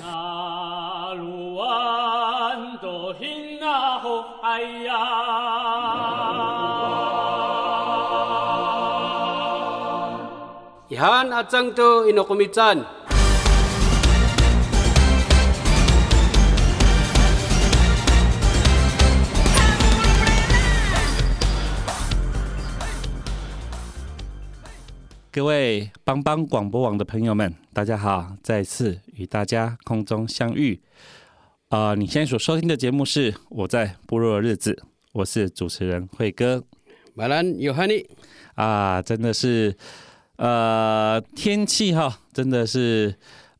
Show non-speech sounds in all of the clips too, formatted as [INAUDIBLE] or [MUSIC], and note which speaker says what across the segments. Speaker 1: 那鲁安多hin 那吼哎呀。
Speaker 2: Ihan atsang tu inokumitsan.
Speaker 3: 各位帮帮广播网的朋友们，大家好，再次与大家空中相遇。啊、你现在所收听的节目是《我在部落的日子》，我是主持人慧哥
Speaker 2: Balan Yohani.
Speaker 3: 啊，真的是，呃，天气哈，真的是，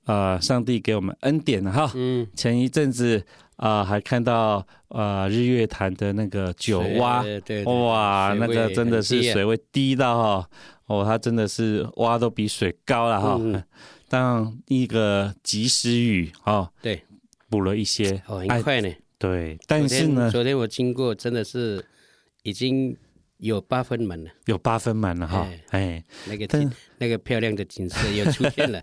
Speaker 3: 呃，上帝给我们恩典了哈。
Speaker 2: 嗯，
Speaker 3: 前一阵子啊、还看到呃日月潭的那个九蛙，
Speaker 2: 对对对
Speaker 3: 哇，
Speaker 2: 水
Speaker 3: 那
Speaker 2: 位
Speaker 3: 个真的
Speaker 2: 很
Speaker 3: 是
Speaker 2: 低啊
Speaker 3: 水位低到哦，哦，它真的是蛙都比水高了哈、
Speaker 2: 嗯
Speaker 3: 当一个及时雨哦，
Speaker 2: 对，
Speaker 3: 补了一些，
Speaker 2: 哦，很快呢。
Speaker 3: 对，
Speaker 2: 昨
Speaker 3: 但
Speaker 2: 天
Speaker 3: 是呢，
Speaker 2: 昨天我经过，真的是已经有八分满了，
Speaker 3: 有八分满了哈，哎，
Speaker 2: 那个
Speaker 3: 但
Speaker 2: 景那个漂亮的景色又出
Speaker 3: [LAUGHS]
Speaker 2: 现了。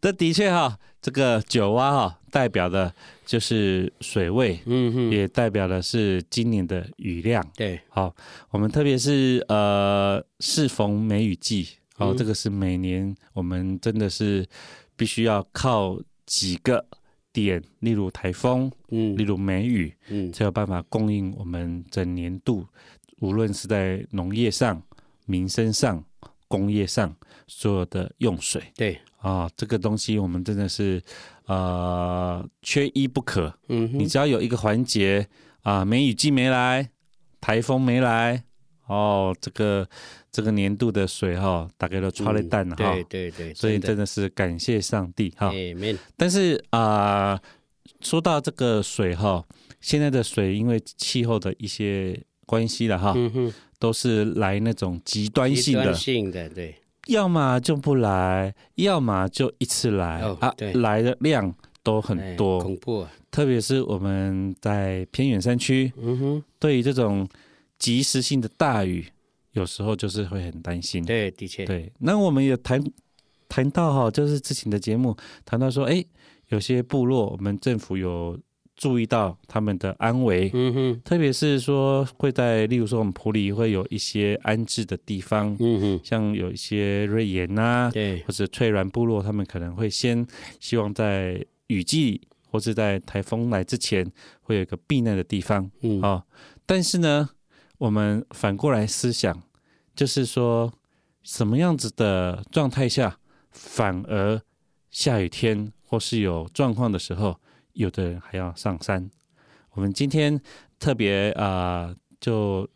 Speaker 3: 这的确哈、这个九蛙哈、代表的就是水位，
Speaker 2: 嗯哼，
Speaker 3: 也代表的是今年的雨量。
Speaker 2: 对，
Speaker 3: 好，我们特别是呃，适逢梅雨季，哦，
Speaker 2: 嗯
Speaker 3: 这个是每年我们真的是必须要靠几个点，例如台风，
Speaker 2: 嗯
Speaker 3: 例如梅雨，
Speaker 2: 嗯
Speaker 3: 才有办法供应我们整年度，无论是在农业上、民生上、工业上所有的用水
Speaker 2: 对，
Speaker 3: 啊、这个东西我们真的是呃缺一不可。
Speaker 2: 嗯
Speaker 3: 你
Speaker 2: 哼，
Speaker 3: 只要有一个环节啊，梅雨季没来，台风没来，哦，这个这个年度的水哈、大概都超了蛋了哈、
Speaker 2: 嗯对对对，
Speaker 3: 所以真
Speaker 2: 的
Speaker 3: 的是感谢上帝哈、
Speaker 2: ，Amen，
Speaker 3: 但是啊、说到这个水哈、现在的水因为气候的一些关系了哈、
Speaker 2: 嗯哼，
Speaker 3: 都是来那种极端
Speaker 2: 极
Speaker 3: 性
Speaker 2: 端
Speaker 3: 的，
Speaker 2: 性的，对，
Speaker 3: 要么就不来，要么就一次来、
Speaker 2: 哦
Speaker 3: 啊
Speaker 2: 对，
Speaker 3: 来的量都
Speaker 2: 哎
Speaker 3: 很多，
Speaker 2: 恐怖啊，
Speaker 3: 特别是我们在偏远山区，
Speaker 2: 嗯哼，
Speaker 3: 对于这种及时性的大雨，有时候就是会很担心。
Speaker 2: 对，的确，
Speaker 3: 对那我们也谈谈到哈，就是之前的节目谈到说，哎，有些部落我们政府有注意到他们的安危，
Speaker 2: 嗯哼，
Speaker 3: 特别是说会在，例如说我们普里会有一些安置的地方，
Speaker 2: 嗯哼，
Speaker 3: 像有一些瑞岩啊呐、
Speaker 2: 对，
Speaker 3: 或者翠峦部落，他们可能会先希望在雨季或是在台风来之前，会有一个避难的地方。
Speaker 2: 嗯，
Speaker 3: 哦，但是呢，我们反过来思想，就是说，什么样子的状态下，反而下雨天或是有状况的时候，有的人还要上山。我们今天特别啊、呃就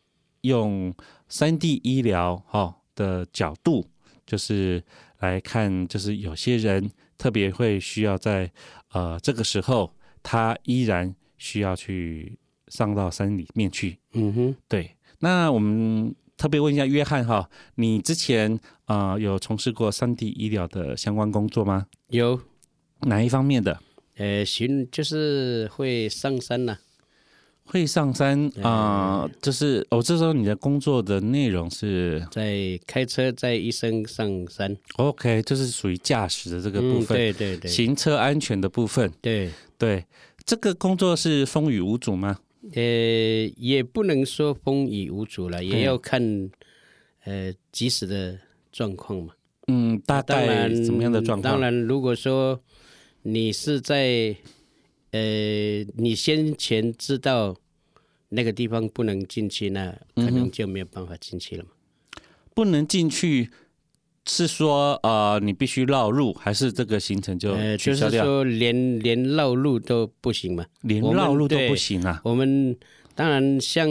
Speaker 3: 用三 D 医疗哈、哦的角度，就是来看，就是有些人特别会需要在呃这个时候，他依然需要去上到山里面去。
Speaker 2: 嗯哼，
Speaker 3: 对，那我们特别问一下约翰哈，你之前啊有从事过山地医疗的相关工作吗？
Speaker 2: 有。
Speaker 3: 哪一方面的？
Speaker 2: 呃，巡就是会上山呐、
Speaker 3: 会上山啊、就是哦，这时候你的工作的内容是
Speaker 2: 在开车载医生上山。
Speaker 3: OK，就是属于驾驶的这个部
Speaker 2: 嗯，
Speaker 3: 分，
Speaker 2: 对对对
Speaker 3: 行车安全的部分。
Speaker 2: 对，
Speaker 3: 对，这个工作是风雨无阻吗？
Speaker 2: 呃，也不能说风雨无阻
Speaker 3: 嗯
Speaker 2: 了，也要看呃及时的状况嘛。
Speaker 3: 嗯，大
Speaker 2: 当
Speaker 3: 概
Speaker 2: 然，
Speaker 3: 什么样的状况？
Speaker 2: 当然，如果说你是在呃你先前知道那个地方不能进去，那
Speaker 3: 嗯
Speaker 2: 可能就没有办法进去了嘛。
Speaker 3: 不能进去，是说呃，你必须绕路，还是这个行程就
Speaker 2: 呃，
Speaker 3: 取
Speaker 2: 就
Speaker 3: 消
Speaker 2: 是
Speaker 3: 掉？
Speaker 2: 说连连绕路都不行嘛。
Speaker 3: 连
Speaker 2: 我们
Speaker 3: 绕路都
Speaker 2: 对
Speaker 3: 不行啊！
Speaker 2: 我们当然像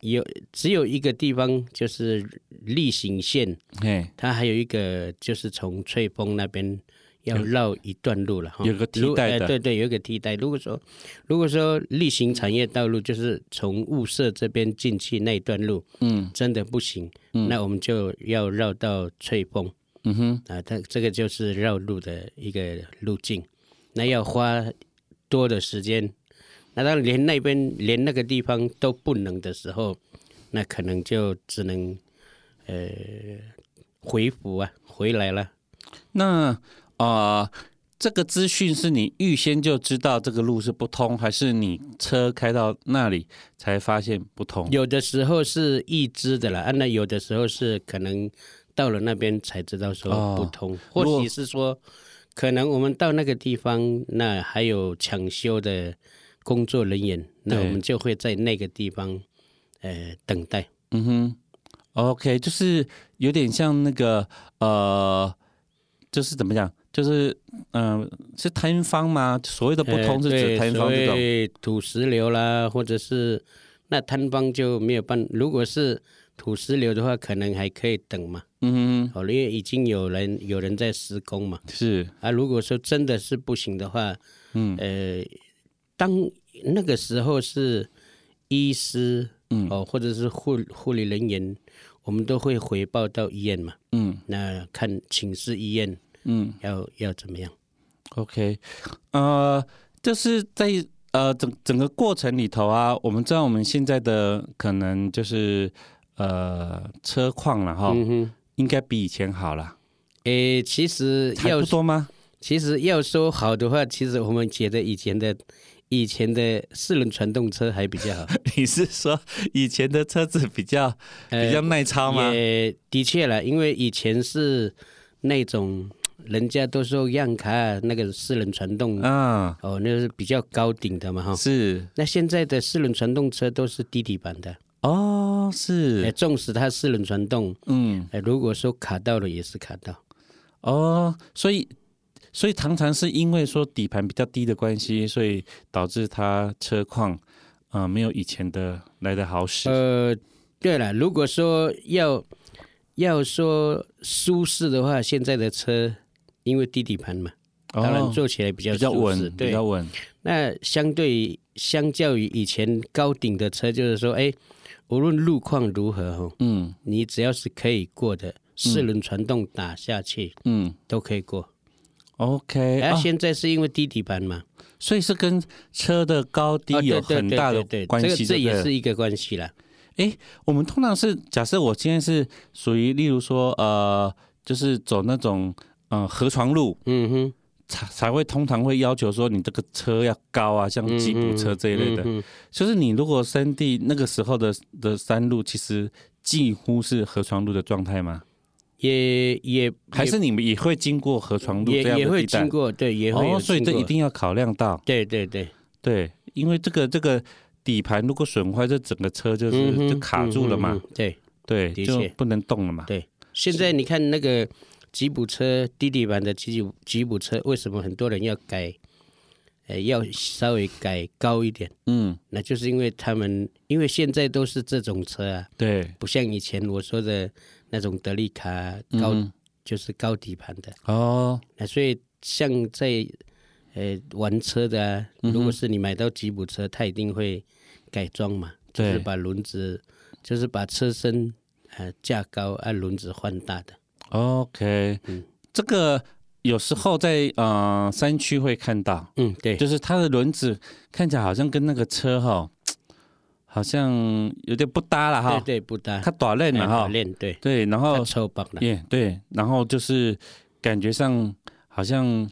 Speaker 2: 有只有一个地方就是例行线，
Speaker 3: 嘿，
Speaker 2: 它还有一个就是从翠峰那边要绕一段路了哈。
Speaker 3: 有个替代的
Speaker 2: 如呃对对，有一个替代。如果说如果说例行产业道路就是从雾社这边进去那一段路，
Speaker 3: 嗯
Speaker 2: 真的不行，那我们就要绕到翠峰
Speaker 3: 嗯哼，
Speaker 2: 啊，它这个就是绕路的一个路径，那要花多的时间。那到连那边连那个地方都不能的时候，那可能就只能呃回府啊，回来了。
Speaker 3: 那啊、呃这个资讯是你预先就知道这个路是不通，还是你车开到那里才发现不通？
Speaker 2: 有的时候是已知的了，啊，那有的时候是可能到了那边才知道说不通，
Speaker 3: 哦如果
Speaker 2: 或许是说，可能我们到那个地方，那还有抢修的工作人员，那
Speaker 3: 对
Speaker 2: 我们就会在那个地方，呃，等待。
Speaker 3: 嗯哼，OK，就是有点像那个呃，就是怎么讲，就是嗯、呃是摊方吗？所谓的不通是
Speaker 2: 呃
Speaker 3: 指
Speaker 2: 对
Speaker 3: 摊方这
Speaker 2: 所
Speaker 3: 种，
Speaker 2: 谓土石流啦，或者是那摊方就没有办。如果是土石流的话，可能还可以等嘛，
Speaker 3: 嗯
Speaker 2: 哦，因为已经有人有人在施工嘛。
Speaker 3: 哼，是，
Speaker 2: 啊，如果说真的是不行的话，
Speaker 3: 嗯
Speaker 2: 呃，当那个时候是医师，
Speaker 3: 嗯
Speaker 2: 哦，或者是护护理人员，我们都会回报到医院嘛，
Speaker 3: 嗯
Speaker 2: 那看请示医院
Speaker 3: 嗯
Speaker 2: 要要怎么样。
Speaker 3: ，OK，呃，就是在呃整整个过程里头啊，我们知道我们现在的可能就是呃车况了哈，
Speaker 2: 嗯哼，
Speaker 3: 应该比以前好了，
Speaker 2: 诶，其实
Speaker 3: 还
Speaker 2: 要
Speaker 3: 不多吗？ [LAUGHS]
Speaker 2: 其实要说好的话，其实我们觉得以前的以前的四轮传动车还比较好，
Speaker 3: 你是说以前的车子比较比较耐操吗？
Speaker 2: 呃也的确了，因为以前是那种人家都说样卡那个四轮传动。
Speaker 3: 啊，
Speaker 2: 哦，那是比较高顶的嘛哈。
Speaker 3: 是
Speaker 2: 那现在的四轮传动车都是低底盘的，
Speaker 3: 哦，
Speaker 2: 哎，
Speaker 3: 是，
Speaker 2: 纵使它四轮传动，
Speaker 3: 嗯，
Speaker 2: 哎，如果说卡到了也是卡到，
Speaker 3: 哦，所以所以常常是因为说底盘比较低的关系，所以导致它车况啊、呃没有以前的来的好使。哦
Speaker 2: 呃，对了，如果说要要说舒适的话，现在的车因为低底盘嘛，
Speaker 3: 哦
Speaker 2: 当然坐起来比较
Speaker 3: 比较
Speaker 2: 舒适，
Speaker 3: 稳，比
Speaker 2: 对
Speaker 3: 较。稳，
Speaker 2: 那相对于相较于以前高顶的车，就是说，哎，无论路况如何哦，
Speaker 3: 嗯
Speaker 2: 你只要是可以过的，四轮传动打下去
Speaker 3: 嗯
Speaker 2: 都可以过。
Speaker 3: ，OK
Speaker 2: 啊，
Speaker 3: 啊，
Speaker 2: 现在是因为低底盘嘛，
Speaker 3: 所以是跟车的高低
Speaker 2: 啊
Speaker 3: 有
Speaker 2: 对对
Speaker 3: 很
Speaker 2: 对
Speaker 3: 大
Speaker 2: 对
Speaker 3: 的
Speaker 2: 对
Speaker 3: 关
Speaker 2: 这个
Speaker 3: 系，
Speaker 2: 这
Speaker 3: 对不
Speaker 2: 也
Speaker 3: 对
Speaker 2: 是一个关系啦。
Speaker 3: 我们通常是假设我今天是属于，例如说呃，就是走那种呃河床路，
Speaker 2: 嗯哼，
Speaker 3: 才才会通常会要求说你这个车要高啊，像吉普车这一类的。
Speaker 2: 嗯嗯哼
Speaker 3: 就是你如果山地那个时候的的山路，其实几乎是河床路的状态吗？
Speaker 2: 也也
Speaker 3: 还是你们也会经过河床路
Speaker 2: 也
Speaker 3: 这样
Speaker 2: 也
Speaker 3: 的
Speaker 2: 会
Speaker 3: 地带
Speaker 2: 经？过，对，也会有
Speaker 3: 哦，所以
Speaker 2: 经
Speaker 3: 这
Speaker 2: 过
Speaker 3: 一定要考量到，
Speaker 2: 对对对，
Speaker 3: 对，因为这个这个底盘如果损坏，这整个车就是、
Speaker 2: 嗯哼
Speaker 3: 就卡住了嘛，
Speaker 2: 嗯哼嗯对，
Speaker 3: 对，
Speaker 2: 的
Speaker 3: 就
Speaker 2: 确
Speaker 3: 不能动了嘛。
Speaker 2: 对现在你看那个吉普车低底盘的吉普吉普车，为什么很多人要改？呃，要稍微改高一点，
Speaker 3: 嗯，
Speaker 2: 那就是因为他们因为现在都是这种车啊，
Speaker 3: 对，
Speaker 2: 不像以前我说的那种德利卡高，
Speaker 3: 嗯
Speaker 2: 就是高底盘的。
Speaker 3: 哦，
Speaker 2: 那所以像在呃玩车的、啊，
Speaker 3: 嗯
Speaker 2: 如果是你买到吉普车，它一定会改装嘛，就是
Speaker 3: 对
Speaker 2: 把轮子，就是把车身呃架高，按、轮子换大的。
Speaker 3: OK，、
Speaker 2: 嗯
Speaker 3: 这个有时候在呃山区会看到，
Speaker 2: 嗯，对，
Speaker 3: 就是它的轮子看起来好像跟那个车哈，好像有点不搭了
Speaker 2: 对哎
Speaker 3: 哈，
Speaker 2: 对不搭，
Speaker 3: 它短链了哈，
Speaker 2: 练对，
Speaker 3: 对，然
Speaker 2: 它
Speaker 3: 后
Speaker 2: 抽绑了。
Speaker 3: 耶对，然后就是感觉上好像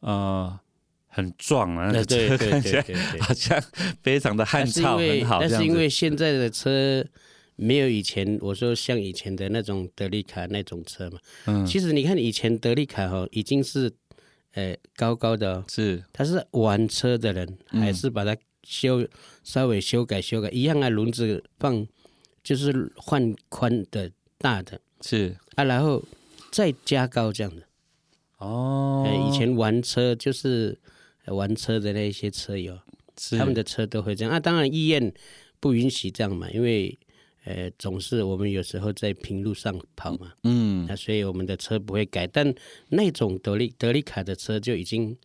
Speaker 3: 呃很壮啊，那
Speaker 2: 对
Speaker 3: 个
Speaker 2: 哎对
Speaker 3: 车 [LAUGHS]
Speaker 2: 对
Speaker 3: 看
Speaker 2: 对
Speaker 3: 起
Speaker 2: 对
Speaker 3: 来
Speaker 2: 对。
Speaker 3: 好像非常的
Speaker 2: 但
Speaker 3: 汉
Speaker 2: 是因
Speaker 3: 草，
Speaker 2: 为
Speaker 3: 很好
Speaker 2: 但
Speaker 3: 这
Speaker 2: 是因
Speaker 3: 样
Speaker 2: 为
Speaker 3: 子，
Speaker 2: 现在的车没有以前我说像以前的那种德利卡那种车嘛，
Speaker 3: 嗯，
Speaker 2: 其实你看以前德利卡哦，已经是呃高高的、哦，
Speaker 3: 是
Speaker 2: 他是玩车的人，
Speaker 3: 嗯
Speaker 2: 还是把它修稍微修改修改一样啊？轮子放就是换宽的大的
Speaker 3: 是
Speaker 2: 啊，然后再加高这样的。
Speaker 3: 哦
Speaker 2: 呃，，以前玩车就是呃玩车的那一些车友，
Speaker 3: 是
Speaker 2: 他们的车都会这样啊。当然医院不允许这样嘛，因为呃，总是我们有时候在平路上跑嘛，
Speaker 3: 嗯
Speaker 2: 那所以我们的车不会改，但那种德利德利卡的车就已经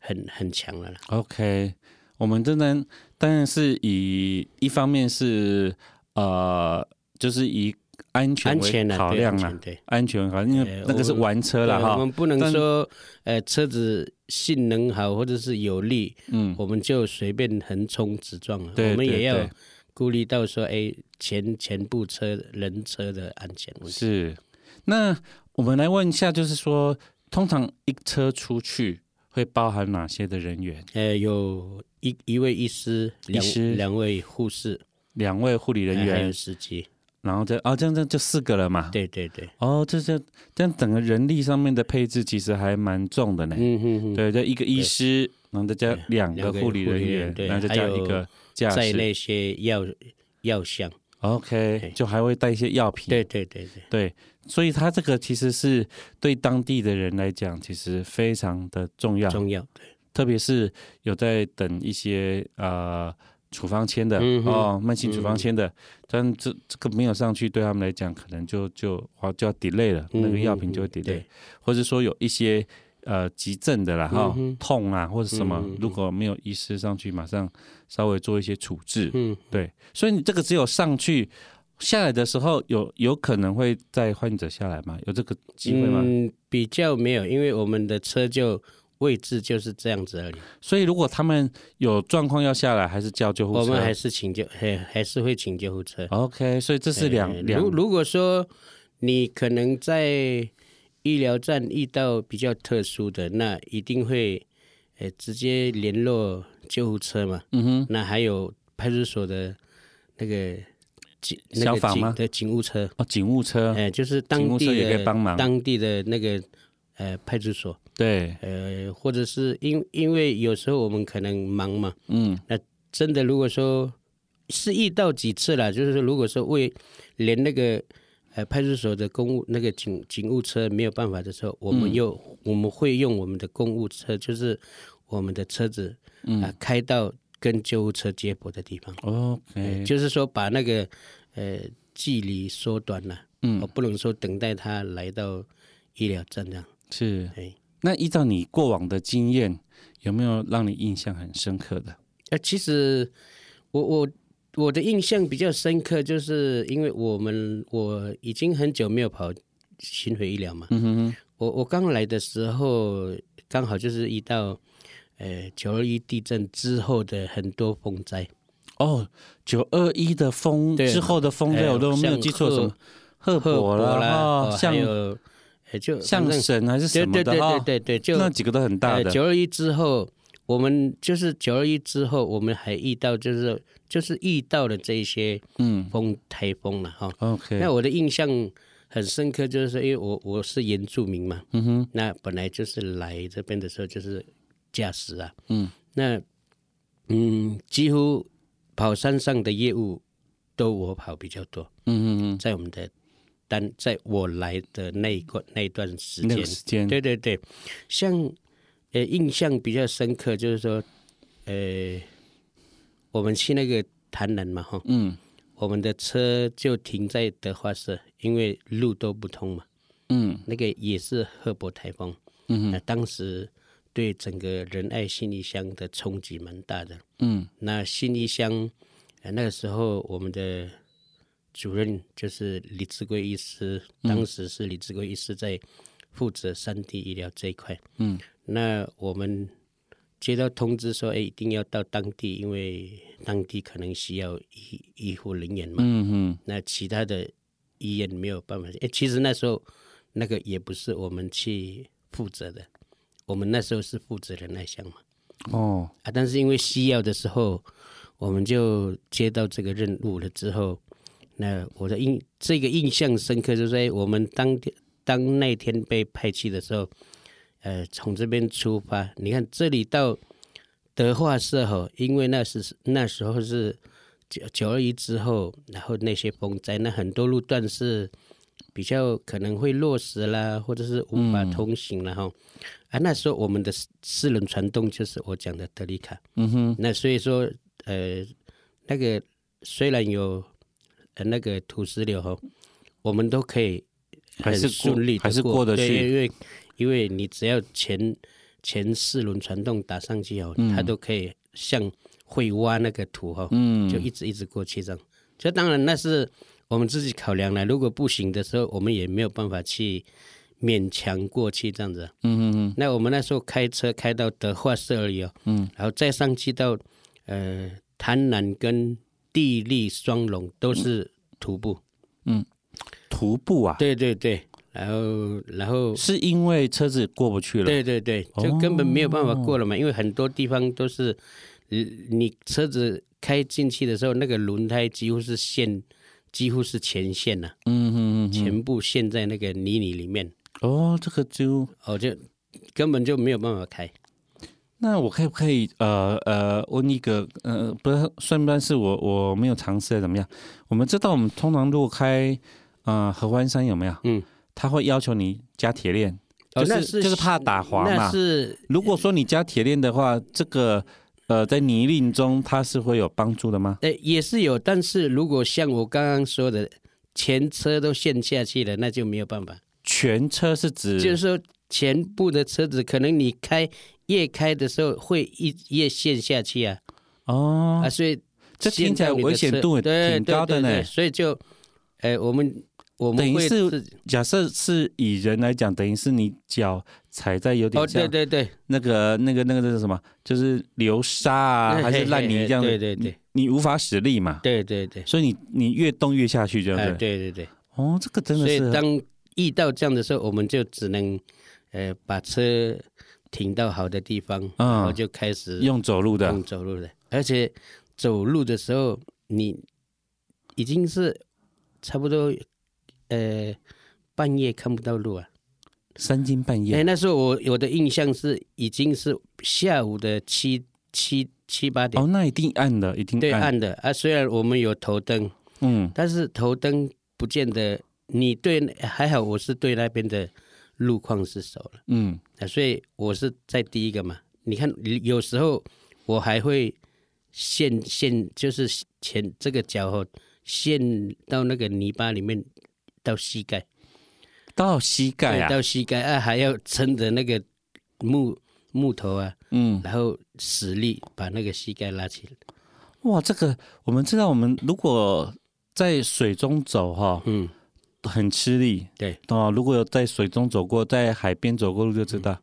Speaker 2: 很很强了啦。
Speaker 3: ，OK，我们当然当然是以一方面是呃，就是以安全
Speaker 2: 安
Speaker 3: 为
Speaker 2: 全啊
Speaker 3: 考
Speaker 2: 对
Speaker 3: 量
Speaker 2: 安
Speaker 3: 啊
Speaker 2: 全，对
Speaker 3: 安全考量，因为
Speaker 2: 呃
Speaker 3: 那个是
Speaker 2: 我们
Speaker 3: 玩车了
Speaker 2: 对我
Speaker 3: 哈
Speaker 2: 们，不能
Speaker 3: 但
Speaker 2: 说呃车子性能好或者是有力，
Speaker 3: 嗯，
Speaker 2: 我们就随便横冲直撞了。
Speaker 3: 对
Speaker 2: 我
Speaker 3: 对
Speaker 2: 们也
Speaker 3: 对
Speaker 2: 要顾虑到说，哎，前前部车人车的安全问题。
Speaker 3: 是，那我们来问一下，就是说，通常一车出去会包含哪些的人员？
Speaker 2: 呃，有一一位医师，两
Speaker 3: 师
Speaker 2: 两位护士，
Speaker 3: 两位护理人
Speaker 2: 呃还有
Speaker 3: 员，
Speaker 2: 司机。
Speaker 3: 然后这哦，这样这样就四个了嘛。
Speaker 2: 对对对，
Speaker 3: 哦，这这这样整个人力上面的配置其实还蛮重的呢。
Speaker 2: 嗯哼哼。
Speaker 3: 对，就一个医师，然后再加
Speaker 2: 对哎
Speaker 3: 两
Speaker 2: 两
Speaker 3: 个
Speaker 2: 个
Speaker 3: 护理
Speaker 2: 护
Speaker 3: 人
Speaker 2: 理人
Speaker 3: 员，
Speaker 2: 对
Speaker 3: 然后再
Speaker 2: 还
Speaker 3: 加一
Speaker 2: 有
Speaker 3: 个驾
Speaker 2: 在
Speaker 3: 驶。嗯
Speaker 2: 那些药药箱。
Speaker 3: OK，
Speaker 2: 对
Speaker 3: 就还会带一些药品。
Speaker 2: 对对对对，
Speaker 3: 对，所以它这个其实是对当地的人来讲，其实非常的重要。
Speaker 2: 中药。对
Speaker 3: 特别是有在等一些呃处方签的、
Speaker 2: 嗯哼
Speaker 3: 哦，慢性处方
Speaker 2: 嗯
Speaker 3: 签的，但这这个没有上去，对他们来讲可能就就啊就要 delay 了，那个药品就会
Speaker 2: 嗯嗯
Speaker 3: delay，、
Speaker 2: 对
Speaker 3: 或者说有一些呃急症的啦哈、
Speaker 2: 嗯哼
Speaker 3: 痛啊或者什么，
Speaker 2: 嗯嗯嗯
Speaker 3: 如果没有医师上去马上稍微做一些处置，
Speaker 2: 嗯，
Speaker 3: 对，所以你这个只有上去。下来的时候有有可能会带患者下来吗？有这个机会吗？
Speaker 2: 嗯，比较没有，因为我们的车就位置就是这样子而已。
Speaker 3: 所以如果他们有状况要下来，还是叫救护车？
Speaker 2: 我们还是请救，还还是会请救护车。
Speaker 3: OK，所以这是两
Speaker 2: 呃
Speaker 3: 两
Speaker 2: 如如果说你可能在医疗站遇到比较特殊的，那一定会呃直接联络救护车嘛。
Speaker 3: 嗯哼
Speaker 2: 那还有派出所的那个警那个
Speaker 3: 消防
Speaker 2: 警
Speaker 3: 吗
Speaker 2: 对，警务车，
Speaker 3: 哦，警务车
Speaker 2: 呃，就是
Speaker 3: 警
Speaker 2: 当
Speaker 3: 务车
Speaker 2: 地的
Speaker 3: 也可以帮忙
Speaker 2: 当地的那个呃派出所，
Speaker 3: 对，
Speaker 2: 呃，或者是因因为有时候我们可能忙嘛，
Speaker 3: 嗯
Speaker 2: 真的如果说是遇到几次了，就是说如果说为连那个呃派出所的公务那个警警务车没有办法的时候，我
Speaker 3: 嗯
Speaker 2: 们又、我们会用我们的公务车，就是我们的车子啊、
Speaker 3: 嗯
Speaker 2: 开到跟救护车接驳的地方，
Speaker 3: ，OK，
Speaker 2: 呃就是说把那个呃距离缩短了，我
Speaker 3: 嗯
Speaker 2: 不能说等待他来到医疗站这样，哎
Speaker 3: 是
Speaker 2: 对。
Speaker 3: 那依照你过往的经验，有没有让你印象很深刻的？
Speaker 2: 呃，其实我我我的印象比较深刻，就是因为我们我已经很久没有跑巡回医疗嘛。
Speaker 3: 嗯哼
Speaker 2: 我我刚来的时候，刚好就是遇到呃九二一地震之后的很多风灾，
Speaker 3: 哼，哦，九二一的风
Speaker 2: 对
Speaker 3: 之后的风灾，
Speaker 2: 哎
Speaker 3: 我都没有
Speaker 2: 像
Speaker 3: 记错
Speaker 2: 鹤
Speaker 3: 什么赫
Speaker 2: 赫
Speaker 3: 伯啦，
Speaker 2: 哦
Speaker 3: 哦
Speaker 2: 还
Speaker 3: 像
Speaker 2: 有呃就
Speaker 3: 像
Speaker 2: 反正
Speaker 3: 神还是什
Speaker 2: 对
Speaker 3: 么
Speaker 2: 对
Speaker 3: 的
Speaker 2: 对
Speaker 3: 哈
Speaker 2: 对，对对，就呃
Speaker 3: 那几个都很大的
Speaker 2: 九二一之后，我们就是九二一之后，我们还遇到就是就是遇到了这一些
Speaker 3: 嗯
Speaker 2: 风台风了哈。
Speaker 3: ，OK，
Speaker 2: 那我的印象很深刻，就是说因为我我是原住民嘛，
Speaker 3: 嗯哼，
Speaker 2: 那本来就是来这边的时候就是驾驶啊，
Speaker 3: 嗯，
Speaker 2: 那嗯，几乎跑山上的业务都我跑比较多，
Speaker 3: 嗯嗯
Speaker 2: 在我们的单在我来的那一个那一段时
Speaker 3: 嗯，那
Speaker 2: 间
Speaker 3: 个，时间，
Speaker 2: 对对对，像呃印象比较深刻就是说，呃，我们去那个台南嘛，哈，
Speaker 3: 嗯
Speaker 2: 我们的车就停在德化社，因为路都不通嘛。
Speaker 3: 嗯
Speaker 2: 那个也是赫伯台风，
Speaker 3: 嗯
Speaker 2: 那、当时对整个仁爱新义乡的冲击蛮大的。
Speaker 3: 嗯
Speaker 2: 那新义乡，呃那个时候我们的主任就是李志贵医师，
Speaker 3: 嗯
Speaker 2: 当时是李志贵医师在负责三 D 医疗这一块。
Speaker 3: 嗯，
Speaker 2: 那我们接到通知说，哎，一定要到当地，因为当地可能需要医医护人员嘛。
Speaker 3: 嗯嗯
Speaker 2: 那其他的医院没有办法。哎，其实那时候那个也不是我们去负责的，我们那时候是负责人来想嘛。
Speaker 3: 嗯，哦，
Speaker 2: 啊，但是因为西药的时候，我们就接到这个任务了之后，那我的印这个印象深刻，就是哎我们当天当那天被派去的时候，呃，从这边出发，你看这里到德化社吼，因为那是那时候是九九二一之后，然后那些风灾，那很多路段是。比较可能会落石啦，或者是无法通行了哈、啊，那时候我们的四四轮传动就是我讲的德利卡，
Speaker 3: 嗯哼，
Speaker 2: 那所以说，呃，那个虽然有呃那个土石流哈，我们都可以
Speaker 3: 还
Speaker 2: 很
Speaker 3: 是过
Speaker 2: 顺利地
Speaker 3: 还是过得
Speaker 2: 对
Speaker 3: 去
Speaker 2: 因为因为你只要前前四轮传动打上去哦，它都可以像会挖那个土哈，
Speaker 3: 嗯，
Speaker 2: 就一直一直过去这样。这当然那是我们自己考量了，如果不行的时候，我们也没有办法去勉强过去这样子。
Speaker 3: 嗯嗯
Speaker 2: 那我们那时候开车开到德化社里哦，
Speaker 3: 嗯，
Speaker 2: 然后再上去到呃潭南跟地利双龙都是徒步，
Speaker 3: 嗯，徒步啊，
Speaker 2: 对对对，然后然后
Speaker 3: 是因为车子过不去了，
Speaker 2: 对对对，就根本没有办法过
Speaker 3: 哦
Speaker 2: 了嘛，因为很多地方都是呃你车子开进去的时候，那个轮胎几乎是陷，几乎是前陷呐、
Speaker 3: 嗯嗯嗯嗯，
Speaker 2: 全部陷在那个泥里里面，
Speaker 3: 哦，这个就
Speaker 2: 哦就根本就没有办法开。
Speaker 3: 那我可以不可以呃呃问一个呃不是算不算是我我没有尝试的怎么样？我们知道我们通常如果开呃合欢山有没有？
Speaker 2: 嗯，
Speaker 3: 他会要求你加铁链，
Speaker 2: 哦
Speaker 3: 就是
Speaker 2: 那是
Speaker 3: 就是怕打滑嘛
Speaker 2: 那是
Speaker 3: 如果说你加铁链的话，这个呃在泥泞中它是会有帮助的吗？
Speaker 2: 呃，也是有，但是如果像我刚刚说的，前车都陷下去了，那就没有办法。
Speaker 3: 全车是指
Speaker 2: 就是说，前部的车子可能你开越开的时候会一越陷下去啊、
Speaker 3: 哦
Speaker 2: 啊，，所以
Speaker 3: 这听起来
Speaker 2: 陷到你的
Speaker 3: 危险度
Speaker 2: 车对
Speaker 3: 挺高的
Speaker 2: 对对
Speaker 3: 呢
Speaker 2: 对。所以就，呃，我们我
Speaker 3: 等
Speaker 2: 们
Speaker 3: 于
Speaker 2: 会
Speaker 3: 是
Speaker 2: 自己
Speaker 3: 假设是以人来讲，等于是你脚踩在有点
Speaker 2: 哦，
Speaker 3: 像
Speaker 2: 对对对，
Speaker 3: 那个、那个、那个那是什么？就是流沙啊，
Speaker 2: 嗯
Speaker 3: 还是烂
Speaker 2: 嘿嘿
Speaker 3: 泥
Speaker 2: 嘿
Speaker 3: 这样？
Speaker 2: 对对对
Speaker 3: 你，你无法使力嘛，
Speaker 2: 对对对，
Speaker 3: 所以你你越动越下去，这
Speaker 2: 哎、
Speaker 3: 样子。
Speaker 2: 对对对。
Speaker 3: 哦，这个真的
Speaker 2: 所以
Speaker 3: 是很，
Speaker 2: 当遇到这样的时候，我们就只能，呃，把车停到好的地方，
Speaker 3: 嗯
Speaker 2: 然后就开始
Speaker 3: 用走路的
Speaker 2: 用，走路的，而且走路的时候你已经是差不多呃半夜看不到路啊。
Speaker 3: 三更半
Speaker 2: 哎、
Speaker 3: 夜，
Speaker 2: 那时候我我的印象是已经是下午的七七七八点，
Speaker 3: 哦，那一定暗的，一定
Speaker 2: 对，
Speaker 3: 暗，
Speaker 2: 暗的啊。虽然我们有头灯，
Speaker 3: 嗯，
Speaker 2: 但是头灯不见得你对还好，我是对那边的路况是熟了。
Speaker 3: 嗯，
Speaker 2: 啊，所以我是在第一个嘛。你看，有时候我还会陷陷，就是前这个脚后陷到那个泥巴里面，到膝盖，
Speaker 3: 到膝盖
Speaker 2: 对
Speaker 3: 啊
Speaker 2: 到，膝盖啊，还要撑着那个木木头啊，
Speaker 3: 嗯，
Speaker 2: 然后使力把那个膝盖拉起来。
Speaker 3: 哇，这个我们知道，我们如果在水中走哈、
Speaker 2: 嗯，
Speaker 3: 很吃力，
Speaker 2: 对
Speaker 3: 哦，如果有在水中走过，在海边走过路就知道，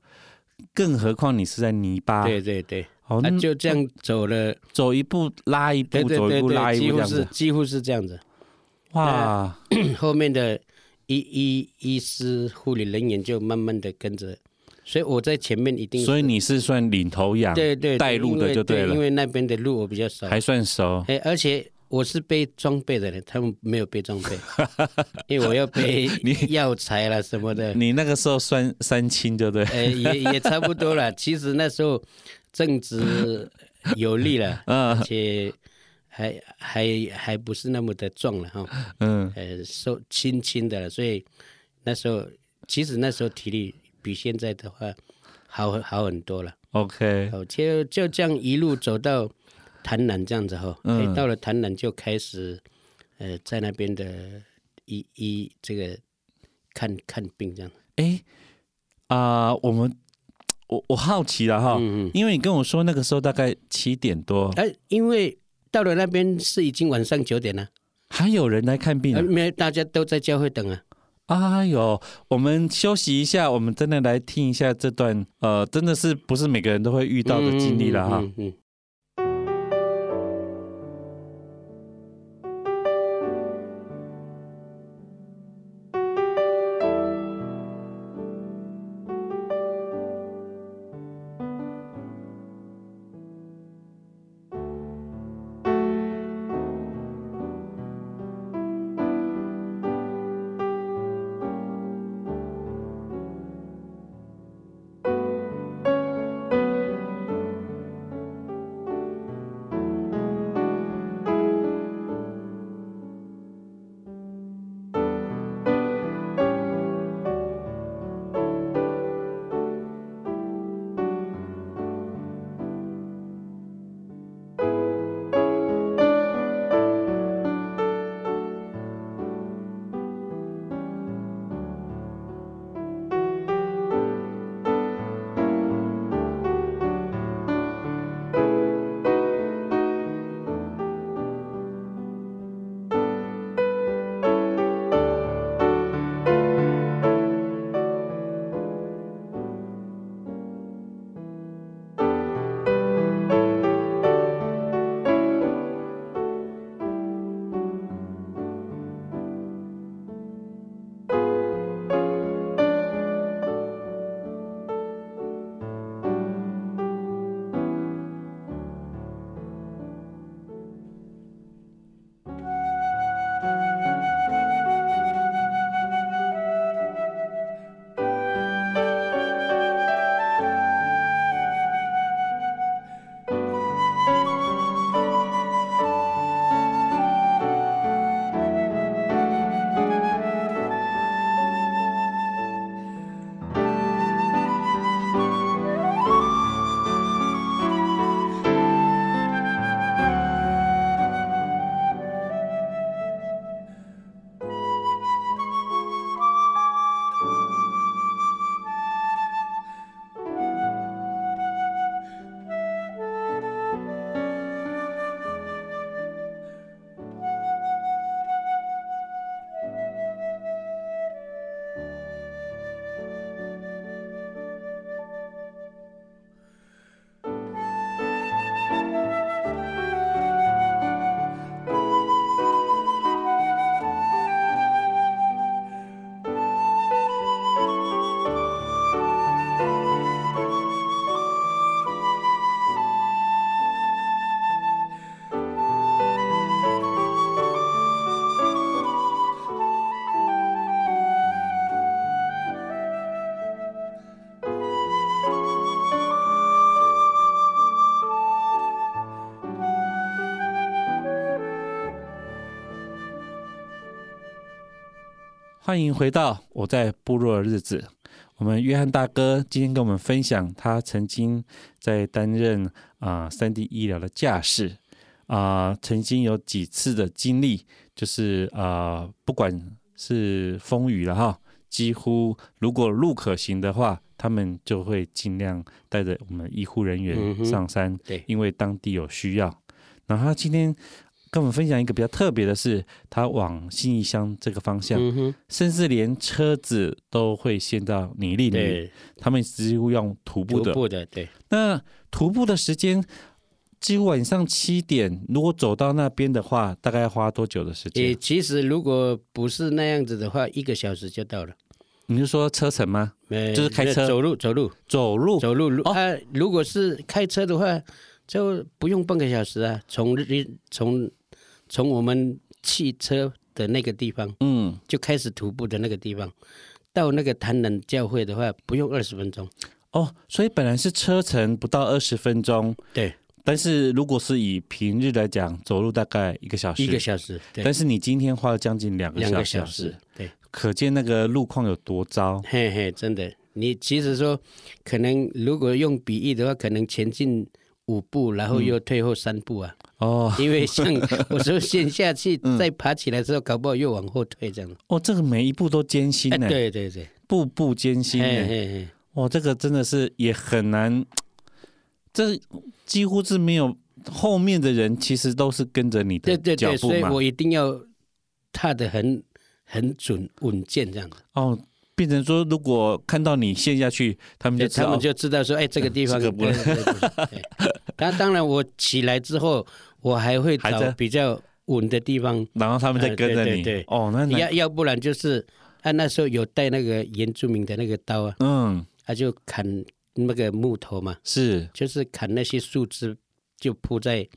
Speaker 3: 更何况你是在泥巴，
Speaker 2: 嗯对对对，
Speaker 3: 哦，
Speaker 2: 啊
Speaker 3: 那，
Speaker 2: 就这样走了，
Speaker 3: 走一步拉一
Speaker 2: 对
Speaker 3: 步，
Speaker 2: 对
Speaker 3: 走一
Speaker 2: 对
Speaker 3: 步拉
Speaker 2: 对，
Speaker 3: 一步
Speaker 2: 几
Speaker 3: 这
Speaker 2: 乎
Speaker 3: 样
Speaker 2: 是
Speaker 3: 子。
Speaker 2: 几乎是这
Speaker 3: [CLEARS THROAT]
Speaker 2: 样子。
Speaker 3: 哇，
Speaker 2: 后面的医医医师、护理人员就慢慢的跟着，所以我在前面一定是。
Speaker 3: 所以你是算领头羊，
Speaker 2: 对对对
Speaker 3: 带路的
Speaker 2: 因为
Speaker 3: 就对
Speaker 2: 对
Speaker 3: 了
Speaker 2: 因为那边的路我比较熟，
Speaker 3: 还算熟。
Speaker 2: 哎，而且我是背装备的人，他们没有背装
Speaker 3: [LAUGHS]
Speaker 2: 备，因为我要背 [LAUGHS] 药材啦什么的，
Speaker 3: 你那个时候算三清，对不对？
Speaker 2: 呃，也也差不
Speaker 3: [LAUGHS]
Speaker 2: 多了。其实那时候正值有利
Speaker 3: [LAUGHS]
Speaker 2: 了，
Speaker 3: 嗯
Speaker 2: 而且还还还不是那么的壮了哈。
Speaker 3: 嗯，
Speaker 2: 呃，瘦轻轻的了，所以那时候其实那时候体力比现在的话好好很多了。
Speaker 3: OK，
Speaker 2: 哦，就就这样一路走到潭南这样子哈、哦，
Speaker 3: 嗯
Speaker 2: 哎到了潭南就开始呃在那边的医医这个看看病这样。
Speaker 3: 哎，啊、我们我我好奇了哈，
Speaker 2: 嗯嗯。
Speaker 3: 因为你跟我说那个时候大概七点多，
Speaker 2: 哎、因为到了那边是已经晚上九点了，
Speaker 3: 还有人来看病啊、
Speaker 2: 而没有大家都在教会等啊。
Speaker 3: 哎呦，我们休息一下，我们真的来听一下这段，呃，真的是不是每个人都会遇到的经历了哈。
Speaker 2: 嗯嗯嗯嗯
Speaker 4: 啊，
Speaker 3: 欢迎回到我在部落的日子。我们约翰大哥今天跟我们分享，他曾经在担任啊三、D 医疗的驾驶啊、曾经有几次的经历，就是啊、不管是风雨了哈，几乎如果路可行的话，他们就会尽量带着我们医护人
Speaker 2: 嗯
Speaker 3: 员
Speaker 2: 哼
Speaker 3: 上山，
Speaker 2: 对
Speaker 3: 因为当地有需要。然后他今天跟我们分享一个比较特别的是，他往信义乡这个方向，
Speaker 2: 嗯哼，
Speaker 3: 甚至连车子都会陷到泥泞里，
Speaker 2: 对，
Speaker 3: 他们几乎用徒步
Speaker 2: 徒
Speaker 3: 的。
Speaker 2: 步的，对，
Speaker 3: 那徒步的时间几乎晚上七点，如果走到那边的话，大概要花多久的时
Speaker 2: 也
Speaker 3: 间？
Speaker 2: 其实如果不是那样子的话，一个小时就到了。
Speaker 3: 你是说车程吗？
Speaker 2: 呃
Speaker 3: 就是开车
Speaker 2: 走路，走路，
Speaker 3: 走路？
Speaker 2: 走路。如
Speaker 3: 哦
Speaker 2: 啊，如果是开车的话，就不用半个小时啊。从日从从我们汽车的那个地方
Speaker 3: 嗯，
Speaker 2: 就开始徒步的那个地方，到那个潭南教会的话，不用二十分钟。
Speaker 3: 哦，所以本来是车程不到二十分钟，
Speaker 2: 对，
Speaker 3: 但是如果是以平日来讲，走路大概一个小时，
Speaker 2: 一个小时，对
Speaker 3: 但，是啊你今天花了将近两个
Speaker 2: 两个
Speaker 3: 小
Speaker 2: 小时，对，
Speaker 3: 可见那个路况有多糟。
Speaker 2: 嘿嘿，真的。你其实说，可能如果用比喻的话，可能前进五步，然后又退后三步啊。
Speaker 3: 哦
Speaker 2: 因为像我说陷下去，再爬起来之后，搞不好又往后退这样。
Speaker 3: 哦，这个每一步都艰辛
Speaker 2: 哎，
Speaker 3: 呢、
Speaker 2: 对对对，
Speaker 3: 步步艰辛呢、
Speaker 2: 嘿嘿嘿，
Speaker 3: 哇，这个真的是也很难，这几乎是没有后面的人，其实都是跟着你
Speaker 2: 对
Speaker 3: 的
Speaker 2: 对
Speaker 3: 脚
Speaker 2: 对，
Speaker 3: 步
Speaker 2: 所以
Speaker 3: 嘛。
Speaker 2: 我一定要踏得很很准稳健这样子，
Speaker 3: 哦，变成说如果看到你陷下去，他们就
Speaker 2: 对
Speaker 3: 知
Speaker 2: 他
Speaker 3: 道
Speaker 2: 们就知道说，哎，这个地方
Speaker 3: 这个不
Speaker 2: 对对
Speaker 3: [LAUGHS]
Speaker 2: 对对那当然，我起来之后，我还会
Speaker 3: 还
Speaker 2: 找
Speaker 3: 在
Speaker 2: 比较稳的地方，
Speaker 3: 然后他们再跟着你。
Speaker 2: 哎对对对
Speaker 3: 哦，那那
Speaker 2: 要要不然就是，他那时候有带那个原住民的那个刀啊，
Speaker 3: 嗯
Speaker 2: 他就砍那个木头嘛，
Speaker 3: 是
Speaker 2: 就是砍那些树枝，就铺在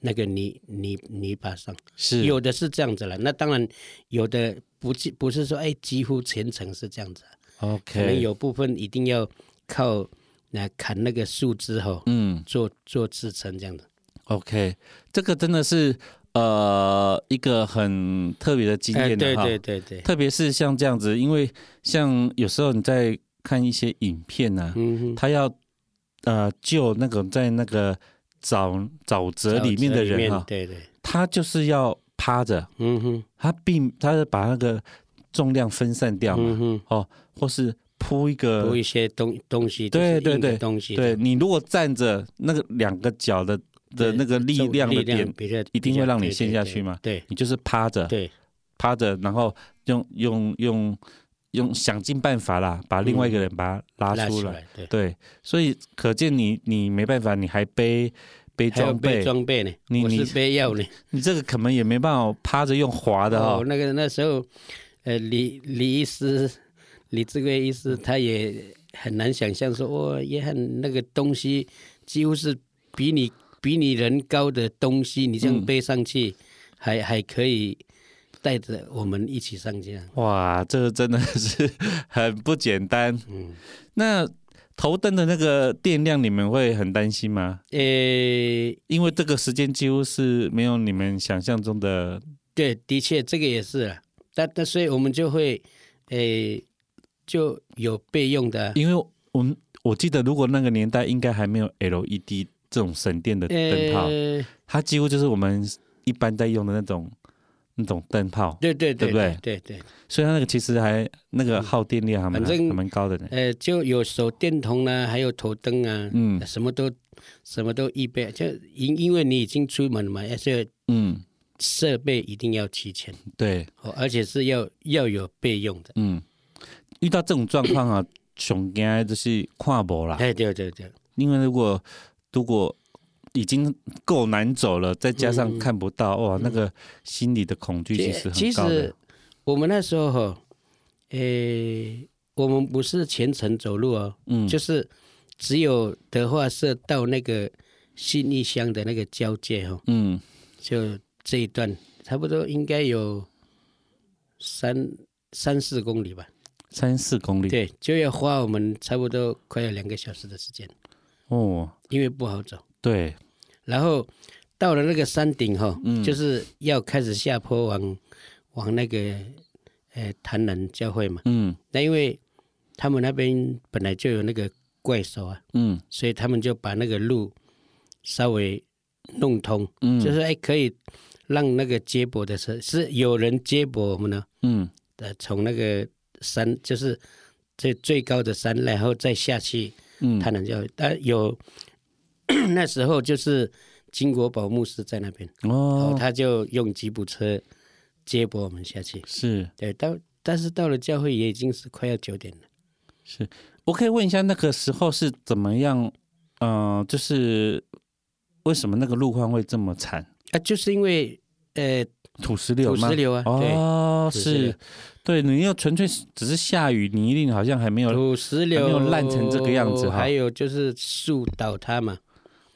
Speaker 2: 那个泥泥泥巴上。
Speaker 3: 是
Speaker 2: 有的是这样子了，那当然有的不是不是说哎几乎全程是这样子啊，可能
Speaker 3: OK
Speaker 2: 有部分一定要靠那砍那个树枝吼、
Speaker 3: 嗯。
Speaker 2: 做做支撑这样子。
Speaker 3: OK，这个真的是呃一个很特别的经
Speaker 2: 哎，
Speaker 3: 验啊
Speaker 2: 对
Speaker 3: 的哈、
Speaker 2: 对对对，
Speaker 3: 特别是像这样子，因为像有时候你在看一些影片啊呢、
Speaker 2: 嗯哼，
Speaker 3: 他要呃救那种在那个沼沼泽里面的
Speaker 2: 沼泽
Speaker 3: 人哈、
Speaker 2: 对对，
Speaker 3: 他就是要趴着，
Speaker 2: 嗯哼，
Speaker 3: 他并他是把那个重量分散掉嘛，
Speaker 2: 嗯哼，
Speaker 3: 哦，或是铺一个
Speaker 2: 补一些东东西，
Speaker 3: 对
Speaker 2: 就是硬的
Speaker 3: 对
Speaker 2: 东西，
Speaker 3: 对你如果站着，那个两个脚的的那个力
Speaker 2: 重
Speaker 3: 量的
Speaker 2: 力量
Speaker 3: 点，
Speaker 2: 比较
Speaker 3: 一定会让你
Speaker 2: 比较
Speaker 3: 陷下去嘛
Speaker 2: 对
Speaker 3: 你就是趴着，
Speaker 2: 对
Speaker 3: 趴着，然后用用用用想尽办法啦，把另外一个人把他
Speaker 2: 对，
Speaker 3: 拉
Speaker 2: 嗯拉
Speaker 3: 出
Speaker 2: 出
Speaker 3: 来。
Speaker 2: 来，对，
Speaker 3: 对，所以可见你你没办法，你还背背
Speaker 2: 还要
Speaker 3: 装
Speaker 2: 背
Speaker 3: 备，
Speaker 2: 装备呢，
Speaker 3: 你
Speaker 2: 我是
Speaker 3: 你 [LAUGHS]
Speaker 2: 背药呢。
Speaker 3: 你这个可能也没办法趴着用滑的
Speaker 2: 哦
Speaker 3: 哦，。
Speaker 2: 那个那时候，呃，李李医师，李志贵医师，他也很难想象说，哦，约翰那个东西几乎是比你比你人高的东西，你这
Speaker 3: 嗯
Speaker 2: 样背上去，还还可以带着我们一起上去啊。
Speaker 3: 哇，这个真的是很不简单。
Speaker 2: 嗯，
Speaker 3: 那头灯的那个电量，你们会很担心吗？
Speaker 2: 呃，
Speaker 3: 因为这个时间几乎是没有你们想象中的，
Speaker 2: 对，的确这个也是啊。但但所以我们就会，呃，就有备用的啊、
Speaker 3: 因为我们我记得，如果那个年代应该还没有 LED 这种省电的灯泡，
Speaker 2: 呃，
Speaker 3: 它几乎就是我们一般在用的那种那种灯泡，
Speaker 2: 对对
Speaker 3: 对
Speaker 2: 对
Speaker 3: 不对
Speaker 2: 对对。
Speaker 3: 所以它那个其实还那个耗电量还蛮
Speaker 2: 嗯反正
Speaker 3: 还蛮高的呢。
Speaker 2: 呃，就有手电筒啦、还有头灯啊，
Speaker 3: 嗯
Speaker 2: 什么都什么都预备，就因因为你已经出门了嘛，而且
Speaker 3: 嗯，
Speaker 2: 设备一定要齐全，
Speaker 3: 对，
Speaker 2: 哦，而且是要要有备用的。
Speaker 3: 嗯，遇到这种状况啊，熊惊的就是跨步啦，
Speaker 2: 哎，对对对，
Speaker 3: 因为如果如果已经够难走了，再加上看不到，哇，那个心里的恐惧其实
Speaker 2: 嗯其
Speaker 3: 很高
Speaker 2: 实
Speaker 3: 的。
Speaker 2: 我们那时候哈、哦，呃，我们不是全程走路哦，
Speaker 3: 嗯，
Speaker 2: 就是只有德化社到那个信义乡的那个交界哦，
Speaker 3: 嗯
Speaker 2: 就这一段差不多应该有三三四公里吧。
Speaker 3: 三四公里，
Speaker 2: 对，就要花我们差不多快要两个小时的时间，
Speaker 3: 哦，
Speaker 2: 因为不好走。
Speaker 3: 对，
Speaker 2: 然后到了那个山顶哈、
Speaker 3: 嗯
Speaker 2: 就是要开始下坡往往那个呃坛南教会嘛。
Speaker 3: 嗯
Speaker 2: 那因为他们那边本来就有那个怪兽啊，
Speaker 3: 嗯
Speaker 2: 所以他们就把那个路稍微弄通，
Speaker 3: 嗯，
Speaker 2: 就是哎可以让那个接驳的车是有人接驳我们呢，
Speaker 3: 嗯
Speaker 2: 呃，从那个山就是最最高的山，然后再下去
Speaker 3: 嗯
Speaker 2: 他能教会，但有 [CLEARS THROAT] 那时候就是金国宝牧师在那边，哦，
Speaker 3: 哦，
Speaker 2: 他就用吉普车接驳我们下去。
Speaker 3: 是
Speaker 2: 对，到但是到了教会也已经是快要九点了。
Speaker 3: 是，我可以问一下那个时候是怎么样？嗯、就是为什么那个路况会这么惨？
Speaker 2: 啊，就是因为呃，
Speaker 3: 土石流
Speaker 2: 土
Speaker 3: 吗？
Speaker 2: 石流啊对
Speaker 3: 哦，
Speaker 2: 土石流
Speaker 3: 是，对，你又纯粹是只是下雨泥泞，好像还没有。
Speaker 2: 土石
Speaker 3: 还
Speaker 2: 流
Speaker 3: 没有烂成这个样子哈
Speaker 2: 还有就是树倒塌嘛。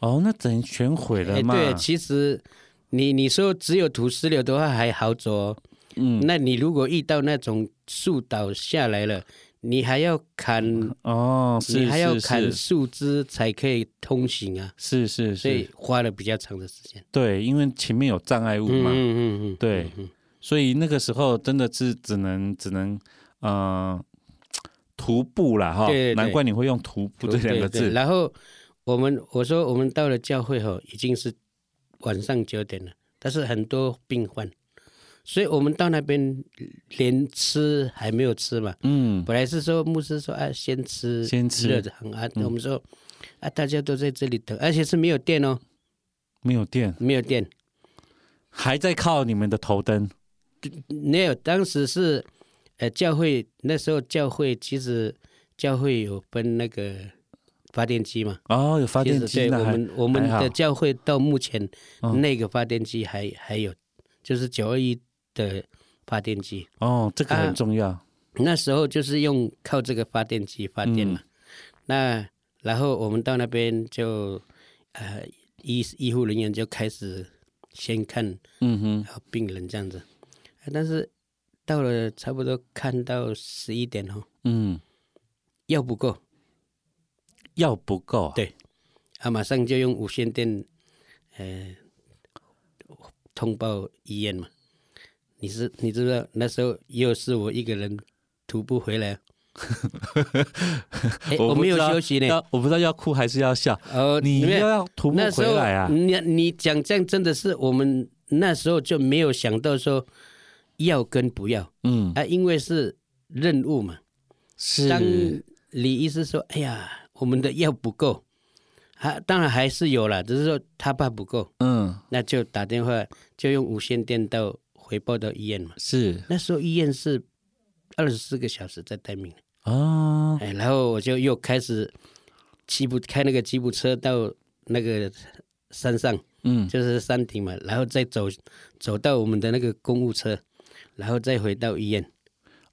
Speaker 3: 哦，那整全毁了
Speaker 2: 哎，
Speaker 3: 嘛？
Speaker 2: 对，其实你你说只有土石流的话还好走、哦，
Speaker 3: 嗯，
Speaker 2: 那你如果遇到那种树倒下来了，你还要砍，
Speaker 3: 哦，是
Speaker 2: 你还要
Speaker 3: 是
Speaker 2: 砍
Speaker 3: 是
Speaker 2: 树枝才可以通行啊，
Speaker 3: 是是
Speaker 2: 所以
Speaker 3: 是，
Speaker 2: 花了比较长的时间。
Speaker 3: 对，因为前面有障碍物嘛，
Speaker 2: 嗯嗯，
Speaker 3: 对
Speaker 2: 嗯嗯
Speaker 3: 所以那个时候真的是只能只能呃徒步啦哈，
Speaker 2: 对对
Speaker 3: 难怪你会用徒步这两个字
Speaker 2: 对对然后我们我说我们到了教会后已经是晚上九点了，但是很多病患，所以我们到那边连吃还没有吃嘛。
Speaker 3: 嗯，
Speaker 2: 本来是说牧师说啊，先吃
Speaker 3: 先吃嗯
Speaker 2: 热汤啊，我们说啊，大家都在这里等，而且是没有电哦，
Speaker 3: 没有电，
Speaker 2: 没有电，
Speaker 3: 还在靠你们的头灯，
Speaker 2: 没有。当时是呃教会那时候教会其实教会有分那个发电机嘛，
Speaker 3: 哦，有发
Speaker 2: 其
Speaker 3: 电
Speaker 2: 实
Speaker 3: 机
Speaker 2: 对
Speaker 3: 那
Speaker 2: 我
Speaker 3: 还
Speaker 2: 们我们
Speaker 3: 还好
Speaker 2: 的教会到目前
Speaker 3: 嗯
Speaker 2: 那个发电机还、还有，就是九二一的发电机，
Speaker 3: 哦，这个
Speaker 2: 啊
Speaker 3: 很重要，
Speaker 2: 那时候就是用靠这个发电机发电
Speaker 3: 嗯
Speaker 2: 嘛。那然后我们到那边就呃医医护人员就开始先看
Speaker 3: 嗯哼，
Speaker 2: 呃病人这样子，啊但是到了差不多看到十一点哦，
Speaker 3: 嗯，
Speaker 2: 药不够
Speaker 3: 药不够啊，
Speaker 2: 对啊，马上就用无线电呃通报医院嘛。你是你知不知道那时候又是我一个人徒步回来啊，哎
Speaker 3: 不
Speaker 2: 没有
Speaker 3: 知道
Speaker 2: 休息呢。
Speaker 3: 要我不知道要哭还是要笑，
Speaker 2: 哦，
Speaker 3: 你
Speaker 2: 没
Speaker 3: 又
Speaker 2: 有
Speaker 3: 要徒步
Speaker 2: 那时
Speaker 3: 回
Speaker 2: 候
Speaker 3: 来啊，
Speaker 2: 你你讲这样真的是我们那时候就没有想到说要跟不要
Speaker 3: 嗯，
Speaker 2: 啊，因为是任务嘛。当
Speaker 3: 是，
Speaker 2: 李医师说：“哎呀，我们的药不够。”啊，当然还是有啦，只是说他怕不够，
Speaker 3: 嗯，
Speaker 2: 那就打电话就用无线电到回报到医院嘛。
Speaker 3: 是
Speaker 2: 那时候医院是二十四个小时在待命，
Speaker 3: 啊，
Speaker 2: 哎，然后我就又开始吉普开那个吉普车到那个山上，
Speaker 3: 嗯，
Speaker 2: 就是山顶嘛，然后再走走到我们的那个公务车，然后再回到医院，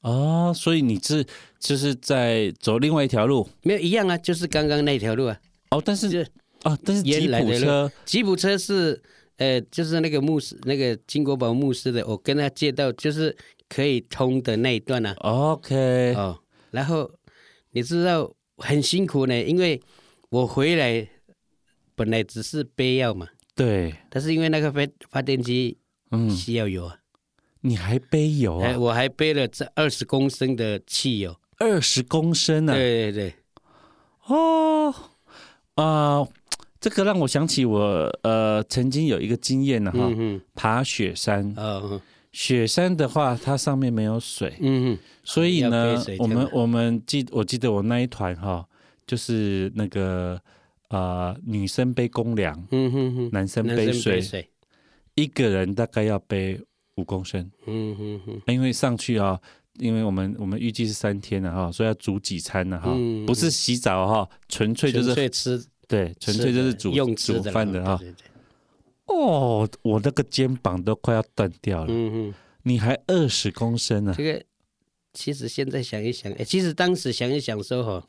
Speaker 3: 哦，所以你是就是在走另外一条路
Speaker 2: 没有一样啊，就是刚刚那条路啊。
Speaker 3: 哦，但是
Speaker 2: 就
Speaker 3: 哦，但是吉
Speaker 2: 原来
Speaker 3: 普
Speaker 2: 的
Speaker 3: 车
Speaker 2: 吉普车是呃，就是那个牧师，那个金国宝牧师的，我跟他借到就是可以通的那一段啊。
Speaker 3: ，OK，
Speaker 2: 哦，然后你知道很辛苦呢，因为我回来本来只是背药嘛，
Speaker 3: 对，
Speaker 2: 但是因为那个发发电机
Speaker 3: 嗯，
Speaker 2: 需要油啊，
Speaker 3: 你还背油
Speaker 2: 哎、
Speaker 3: 啊，
Speaker 2: 我还背了这二十公升的汽油。
Speaker 3: 二十公升呢、
Speaker 2: 对对对。
Speaker 3: 哦，啊、这个让我想起我呃曾经有一个经验呢、哈，
Speaker 2: 嗯
Speaker 3: 爬雪山
Speaker 2: 嗯，，哦，
Speaker 3: 雪山的话它上面没有水，
Speaker 2: 嗯嗯，
Speaker 3: 所以
Speaker 2: 要
Speaker 3: 呢
Speaker 2: 背水，
Speaker 3: 我
Speaker 2: 这样
Speaker 3: 们
Speaker 2: 的
Speaker 3: 我们记我记得我那一团哈、就是那个啊、呃女生背公粮。
Speaker 2: 嗯哼哼，
Speaker 3: 男生
Speaker 2: 男
Speaker 3: 背
Speaker 2: 生
Speaker 3: 水
Speaker 2: 背，水，
Speaker 3: 一个人大概要背五公升，
Speaker 2: 嗯哼哼，
Speaker 3: 因为上去啊、因为我们我们预计是三天的、哈，所以要煮几餐的、哈、
Speaker 2: 嗯
Speaker 3: 不是洗澡哈、纯粹就
Speaker 2: 纯
Speaker 3: 是
Speaker 2: 粹吃，
Speaker 3: 对，纯粹就是煮
Speaker 2: 用吃
Speaker 3: 煮
Speaker 2: 的啦
Speaker 3: 饭的哈、啊
Speaker 2: 对对对
Speaker 3: 哦，我那个肩膀都快要断掉了，
Speaker 2: 嗯
Speaker 3: 你还二十公升呢、
Speaker 2: 哼，这个其实现在想一想，哎，其实当时想一想说哈，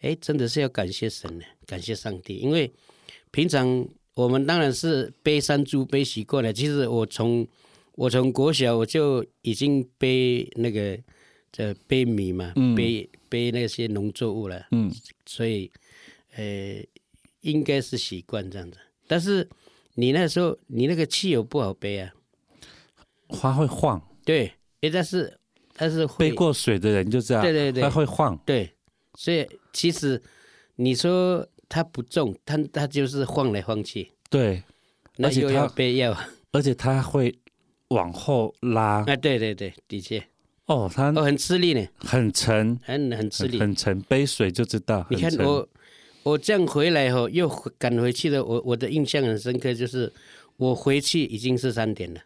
Speaker 2: 哎，真的是要感谢神呢，感谢上帝，因为平常我们当然是背山猪背习惯了，其实我从我从国小我就已经背那个这背米嘛，
Speaker 3: 嗯
Speaker 2: 背背那些农作物了。
Speaker 3: 嗯，
Speaker 2: 所以呃，应该是习惯这样子。但是你那时候你那个汽油不好背啊，
Speaker 3: 花会晃，
Speaker 2: 对，诶但是它是会
Speaker 3: 背过水的人就知道，
Speaker 2: 对对对
Speaker 3: 它会晃。
Speaker 2: 对，所以其实你说它不重，它它就是晃来晃去，
Speaker 3: 对，
Speaker 2: 那
Speaker 3: 而且
Speaker 2: 又要
Speaker 3: 它
Speaker 2: 被要
Speaker 3: 而且它会往后拉。
Speaker 2: 啊，对对对，的确，
Speaker 3: 哦，它
Speaker 2: 哦，很吃力呢，
Speaker 3: 很沉，
Speaker 2: 很很吃
Speaker 3: 很
Speaker 2: 力。
Speaker 3: 很沉，背水就知道。
Speaker 2: 你
Speaker 3: 很
Speaker 2: 看
Speaker 3: 沉
Speaker 2: 我我这样回来后、又回赶回去的，我我的印象很深刻，就是我回去已经是三点了，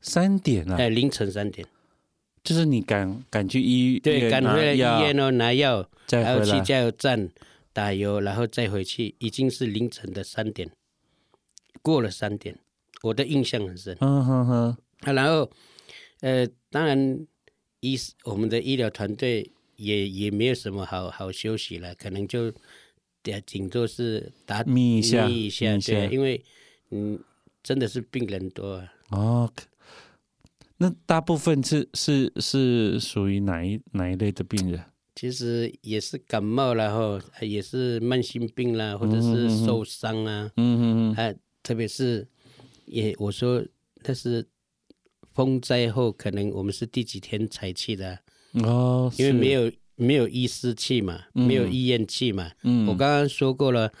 Speaker 3: 三点啊
Speaker 2: 哎、，凌晨三点，
Speaker 3: 就是你赶赶去医
Speaker 2: 对，
Speaker 3: 院啊
Speaker 2: 赶回
Speaker 3: 拿
Speaker 2: 来医
Speaker 3: 药
Speaker 2: 院哦，拿药，
Speaker 3: 再
Speaker 2: 还
Speaker 3: 回
Speaker 2: 有去
Speaker 3: 来，
Speaker 2: 加油站打油，然后再回去，已经是凌晨的三点，过了三点，我的印象很深。
Speaker 3: 嗯哼哼，
Speaker 2: 啊，然后，呃，当然医我们的医疗团队也也没有什么好好休息了，可能就呃顶多是打
Speaker 3: 眯一下
Speaker 2: 眯一下，
Speaker 3: 眯一
Speaker 2: 对，
Speaker 3: 下
Speaker 2: 因为嗯，真的是病人多啊。
Speaker 3: 哦，那大部分是是是属于哪一哪一类的病人？
Speaker 2: 其实也是感冒啦，后也是慢性病啦，或者
Speaker 3: 嗯嗯
Speaker 2: 是
Speaker 3: 嗯
Speaker 2: 受伤啊，
Speaker 3: 嗯嗯嗯，
Speaker 2: 啊，特别是也我说那是风灾后，可能我们是第几天才去的啊、
Speaker 3: 哦，
Speaker 2: 因为
Speaker 3: 是
Speaker 2: 没，有没有医师去嘛，没有
Speaker 3: 嗯
Speaker 2: 医院去嘛。
Speaker 3: 嗯，
Speaker 2: 我刚刚说过了，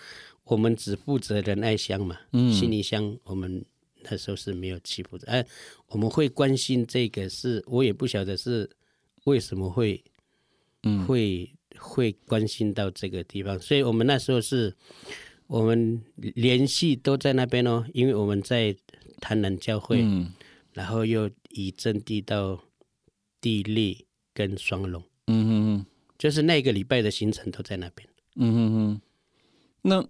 Speaker 2: 我们只负责仁爱乡嘛，
Speaker 3: 嗯
Speaker 2: 心理乡我们那时候是没有去负责。哎、我们会关心这个是，我也不晓得是为什么会
Speaker 3: 嗯
Speaker 2: 会会关心到这个地方，所以我们那时候是。我们连续都在那边哦，因为我们在潭南教会，
Speaker 3: 嗯
Speaker 2: 然后又移阵地到地利跟双龙。
Speaker 3: 嗯嗯
Speaker 2: 就是那个礼拜的行程都在那边。
Speaker 3: 嗯嗯嗯，那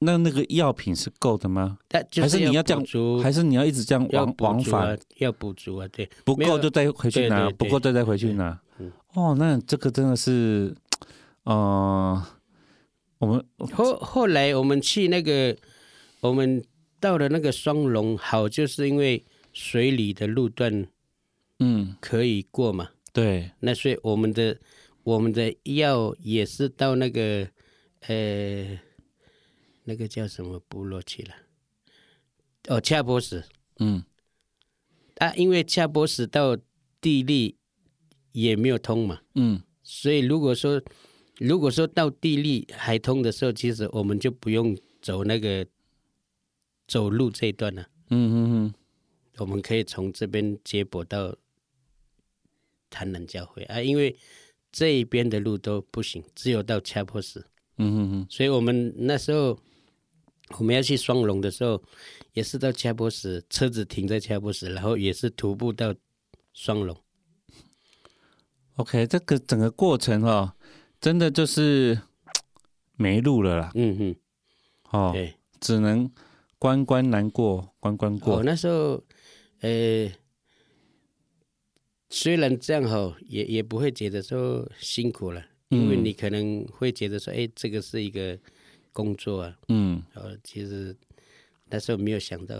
Speaker 3: 那那个药品是够的吗？
Speaker 2: 但就
Speaker 3: 还是你要这样
Speaker 2: 补足，
Speaker 3: 还是你要一直这样
Speaker 2: 要
Speaker 3: 往往
Speaker 2: 补足
Speaker 3: 返
Speaker 2: 啊？，要补足啊，对，
Speaker 3: 不
Speaker 2: 没有
Speaker 3: 够就再回去
Speaker 2: 对
Speaker 3: 拿，
Speaker 2: 对
Speaker 3: 不够就再回去拿
Speaker 2: 嗯。
Speaker 3: 哦，那这个真的是，呃，我们
Speaker 2: 后后来我们去那个，我们到了那个双龙好，就是因为水里的路段
Speaker 3: 嗯，
Speaker 2: 可以过嘛，
Speaker 3: 对，
Speaker 2: 那所以我们的我们的药也是到那个呃那个叫什么部落去了，哦，恰波斯，
Speaker 3: 嗯
Speaker 2: 啊，因为恰波斯到地利也没有通嘛，
Speaker 3: 嗯
Speaker 2: 所以如果说如果说到地利海通的时候，其实我们就不用走那个走路这一段了、
Speaker 3: 嗯嗯
Speaker 2: 我们可以从这边接驳到潭南教会啊，因为这一边的路都不行，只有到恰坡市。
Speaker 3: 嗯嗯
Speaker 2: 所以我们那时候我们要去双龙的时候，也是到恰坡市，车子停在恰坡市，然后也是徒步到双龙。
Speaker 3: ，OK，这个整个过程哦，真的就是没路了啦，
Speaker 2: 嗯嗯，
Speaker 3: 哦，
Speaker 2: 对。
Speaker 3: 只能关关难过关关
Speaker 2: 我
Speaker 3: 过，
Speaker 2: 那时候，呃，虽然这样哈，也也不会觉得说辛苦了，因为
Speaker 3: 嗯
Speaker 2: 你可能会觉得说，哎、这个是一个工作啊。
Speaker 3: 嗯
Speaker 2: 呃，其实那时候没有想到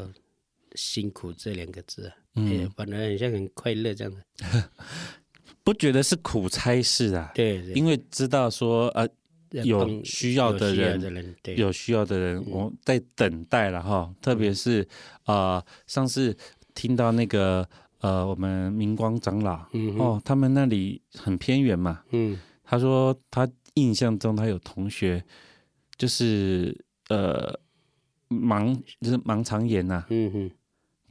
Speaker 2: 辛苦这两个字啊，哎
Speaker 3: 嗯，
Speaker 2: 反而很像很快乐这样的。
Speaker 3: 不觉得是苦差事啊，
Speaker 2: 对，对
Speaker 3: 因为知道说呃有
Speaker 2: 帮
Speaker 3: 需要
Speaker 2: 有
Speaker 3: 的
Speaker 2: 需要
Speaker 3: 人
Speaker 2: 的人，对，
Speaker 3: 有需要的人，
Speaker 2: 嗯
Speaker 3: 我在等待了哈。特别是呃，上次听到那个呃，我们明光长老、
Speaker 2: 嗯哼
Speaker 3: 哦，他们那里很偏远嘛，
Speaker 2: 嗯
Speaker 3: 他说他印象中他有同学就是呃盲就是盲肠炎呐、啊
Speaker 2: 嗯嗯，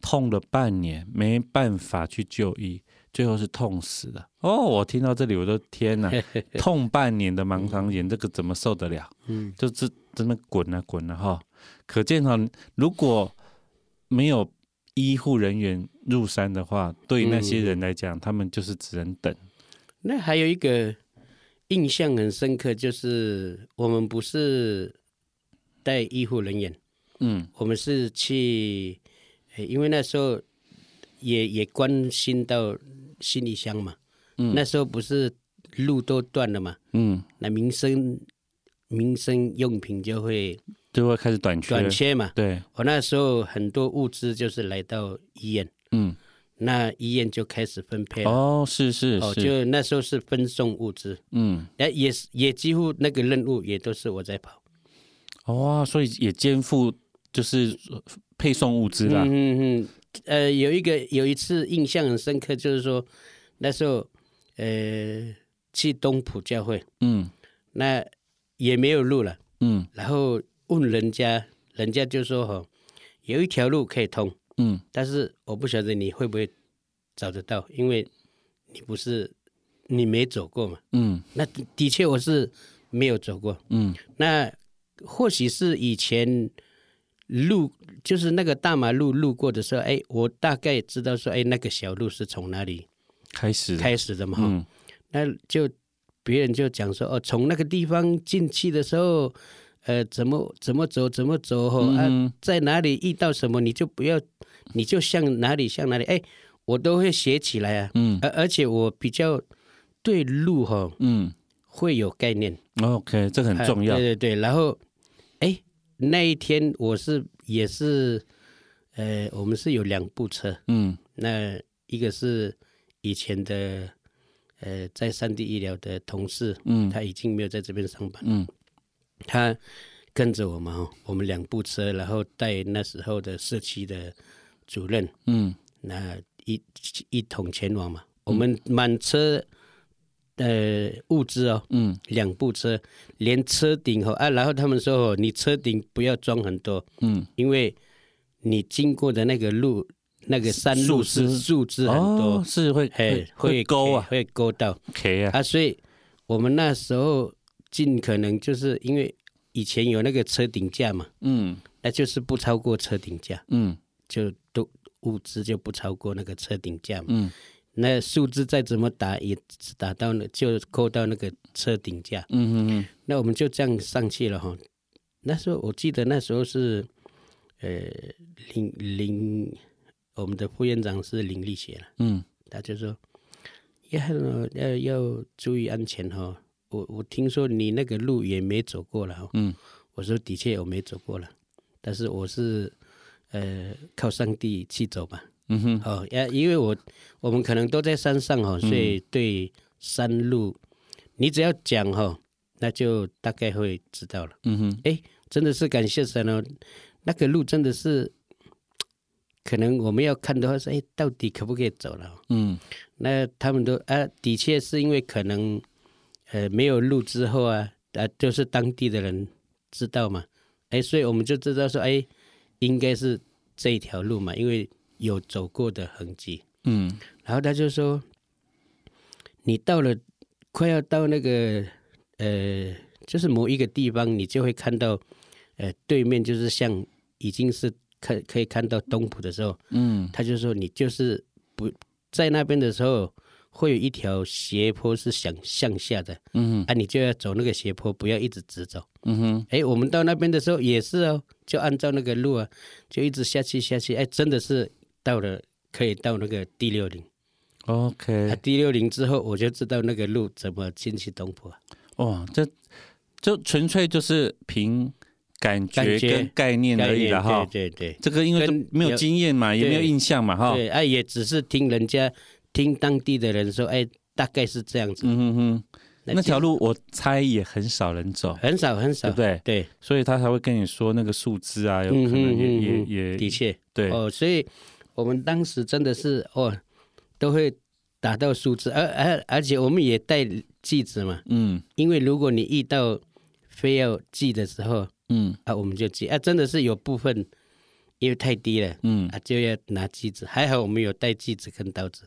Speaker 3: 痛了半年，没办法去就医，最后是痛死的。哦，我听到这里，我都天
Speaker 2: [LAUGHS]
Speaker 3: 哪，痛半年的盲肠炎，这个怎么受得了？
Speaker 2: 嗯，
Speaker 3: 就是真的滚啊滚啊哈！可见哈，如果没有医护人员入山的话，对那些人来讲，他们就是只能等。
Speaker 2: 那还有一个印象很深刻，就是我们不是带医护人员。
Speaker 3: 嗯
Speaker 2: 我们是去，呃因为那时候也也关心到行李箱嘛，
Speaker 3: 嗯
Speaker 2: 那时候不是路都断了嘛，
Speaker 3: 嗯，
Speaker 2: 那民生民生用品就会
Speaker 3: 就会开始短缺。
Speaker 2: 短缺嘛。
Speaker 3: 对，
Speaker 2: 我那时候很多物资就是来到医院，
Speaker 3: 嗯，
Speaker 2: 那医院就开始分配了。
Speaker 3: 哦，是是
Speaker 2: 哦，
Speaker 3: 是，
Speaker 2: 就那时候是分送物资，
Speaker 3: 嗯，
Speaker 2: 那也是也几乎那个任务也都是我在跑。
Speaker 3: 哇，哦所以也肩负就是呃配送物资啦。
Speaker 2: 嗯嗯嗯，呃，有一个有一次印象很深刻，就是说那时候呃去东浦教会，
Speaker 3: 嗯
Speaker 2: 那也没有路了，
Speaker 3: 嗯
Speaker 2: 然后问人家，人家就说哦，有一条路可以通，
Speaker 3: 嗯
Speaker 2: 但是我不晓得你会不会找得到，因为你不是你没走过嘛。
Speaker 3: 嗯
Speaker 2: 那的的确我是没有走过，
Speaker 3: 嗯
Speaker 2: 那或许是以前路就是那个大马路路过的时候，哎，我大概知道说，哎，那个小路是从哪里
Speaker 3: 开始，
Speaker 2: 开始的嘛。哈
Speaker 3: 嗯
Speaker 2: 那就别人就讲说，哦，从那个地方进去的时候，呃，怎么怎么走，怎么走，吼、啊，
Speaker 3: 嗯
Speaker 2: 在哪里遇到什么，你就不要，你就向哪里向哪里，哎，我都会写起来啊，
Speaker 3: 嗯
Speaker 2: 而而且我比较对路哈、吼
Speaker 3: 嗯
Speaker 2: 会有概念，
Speaker 3: ，OK，这很重要
Speaker 2: 啊，对对对，然后，哎，那一天我是也是，呃，我们是有两部车，
Speaker 3: 嗯
Speaker 2: 那一个是以前的呃在三 D 医疗的同事，
Speaker 3: 嗯
Speaker 2: 他已经没有在这边上班，
Speaker 3: 嗯
Speaker 2: 他跟着我们哦，我们两部车，然后带那时候的社区的主任，
Speaker 3: 嗯
Speaker 2: 那一一同前往嘛，我们满车。呃，物资哦，
Speaker 3: 嗯
Speaker 2: 两部车，连车顶哦啊，然后他们说哦，你车顶不要装很多，
Speaker 3: 嗯
Speaker 2: 因为你经过的那个路，那个山路
Speaker 3: 树枝
Speaker 2: 是树枝很多，
Speaker 3: 哦，是会
Speaker 2: 哎
Speaker 3: 会，会勾啊
Speaker 2: 会勾到
Speaker 3: ，K 啊，
Speaker 2: 啊，所以我们那时候尽可能就是因为以前有那个车顶架嘛，
Speaker 3: 嗯
Speaker 2: 那就是不超过车顶架，
Speaker 3: 嗯
Speaker 2: 就都物资就不超过那个车顶架嘛。
Speaker 3: 嗯
Speaker 2: 那树枝再怎么打也只打到那就扣到那个车顶架，
Speaker 3: 嗯嗯
Speaker 2: 那我们就这样上去了哈。那时候我记得那时候是，呃，林林，我们的副院长是林立学了。
Speaker 3: 嗯
Speaker 2: 他就说：“约翰哦，要要注意安全哦。我我听说你那个路也没走过了、哦。”
Speaker 3: 嗯，
Speaker 2: 我说：“的确我没走过了，但是我是呃靠上帝去走吧。
Speaker 3: 嗯嗯哼，
Speaker 2: 哦，呃，因为我我们可能都在山上哦，所以对山路，你只要讲哦，那就大概会知道了。
Speaker 3: 嗯哼，
Speaker 2: 真的是感谢神哦，那个路真的是，可能我们要看的话是，哎，到底可不可以走了哦、
Speaker 3: 嗯
Speaker 2: 那他们都啊，的确是因为可能呃没有路之后啊，啊就是当地的人知道嘛，哎，所以我们就知道说，哎，应该是这一条路嘛，因为有走过的痕迹。
Speaker 3: 嗯
Speaker 2: 然后他就说，你到了快要到那个呃，就是某一个地方，你就会看到呃对面就是像已经是看可以看到东浦的时候，
Speaker 3: 嗯
Speaker 2: 他就说你就是不在那边的时候，会有一条斜坡是向向下的，
Speaker 3: 嗯
Speaker 2: 啊，你就要走那个斜坡，不要一直直走。
Speaker 3: 嗯哼，
Speaker 2: 哎，我们到那边的时候也是哦，就按照那个路啊，就一直下去下去，哎，真的是到了可以到那个第六零，啊，
Speaker 3: ，OK，
Speaker 2: 第六零之后我就知道那个路怎么进去东坡，啊
Speaker 3: 哇，这就纯粹就是凭感觉
Speaker 2: 感觉
Speaker 3: 跟概念而已了哈。
Speaker 2: 对对对。
Speaker 3: 这个因为都
Speaker 2: 跟
Speaker 3: 没有
Speaker 2: 有
Speaker 3: 经验嘛，也没有
Speaker 2: 对
Speaker 3: 印象嘛，哈。
Speaker 2: 对，哎、也只是听人家听当地的人说，哎，大概是这样子，
Speaker 3: 嗯哼哼，
Speaker 2: 那
Speaker 3: 那
Speaker 2: 其
Speaker 3: 条路我猜也很少人走，
Speaker 2: 很少很少，
Speaker 3: 对不对？
Speaker 2: 对，
Speaker 3: 所以他才会跟你说那个树枝啊，有可能也也
Speaker 2: 嗯
Speaker 3: 也
Speaker 2: 的确，
Speaker 3: 对，
Speaker 2: 哦，所以我们当时真的是哦，都会打到树枝，而而而且我们也带锯子嘛，
Speaker 3: 嗯
Speaker 2: 因为如果你遇到非要锯的时候
Speaker 3: 嗯
Speaker 2: 啊，我们就锯啊，真的是有部分因为太低了
Speaker 3: 嗯
Speaker 2: 啊，就要拿锯子，还好我们有带锯子跟刀子。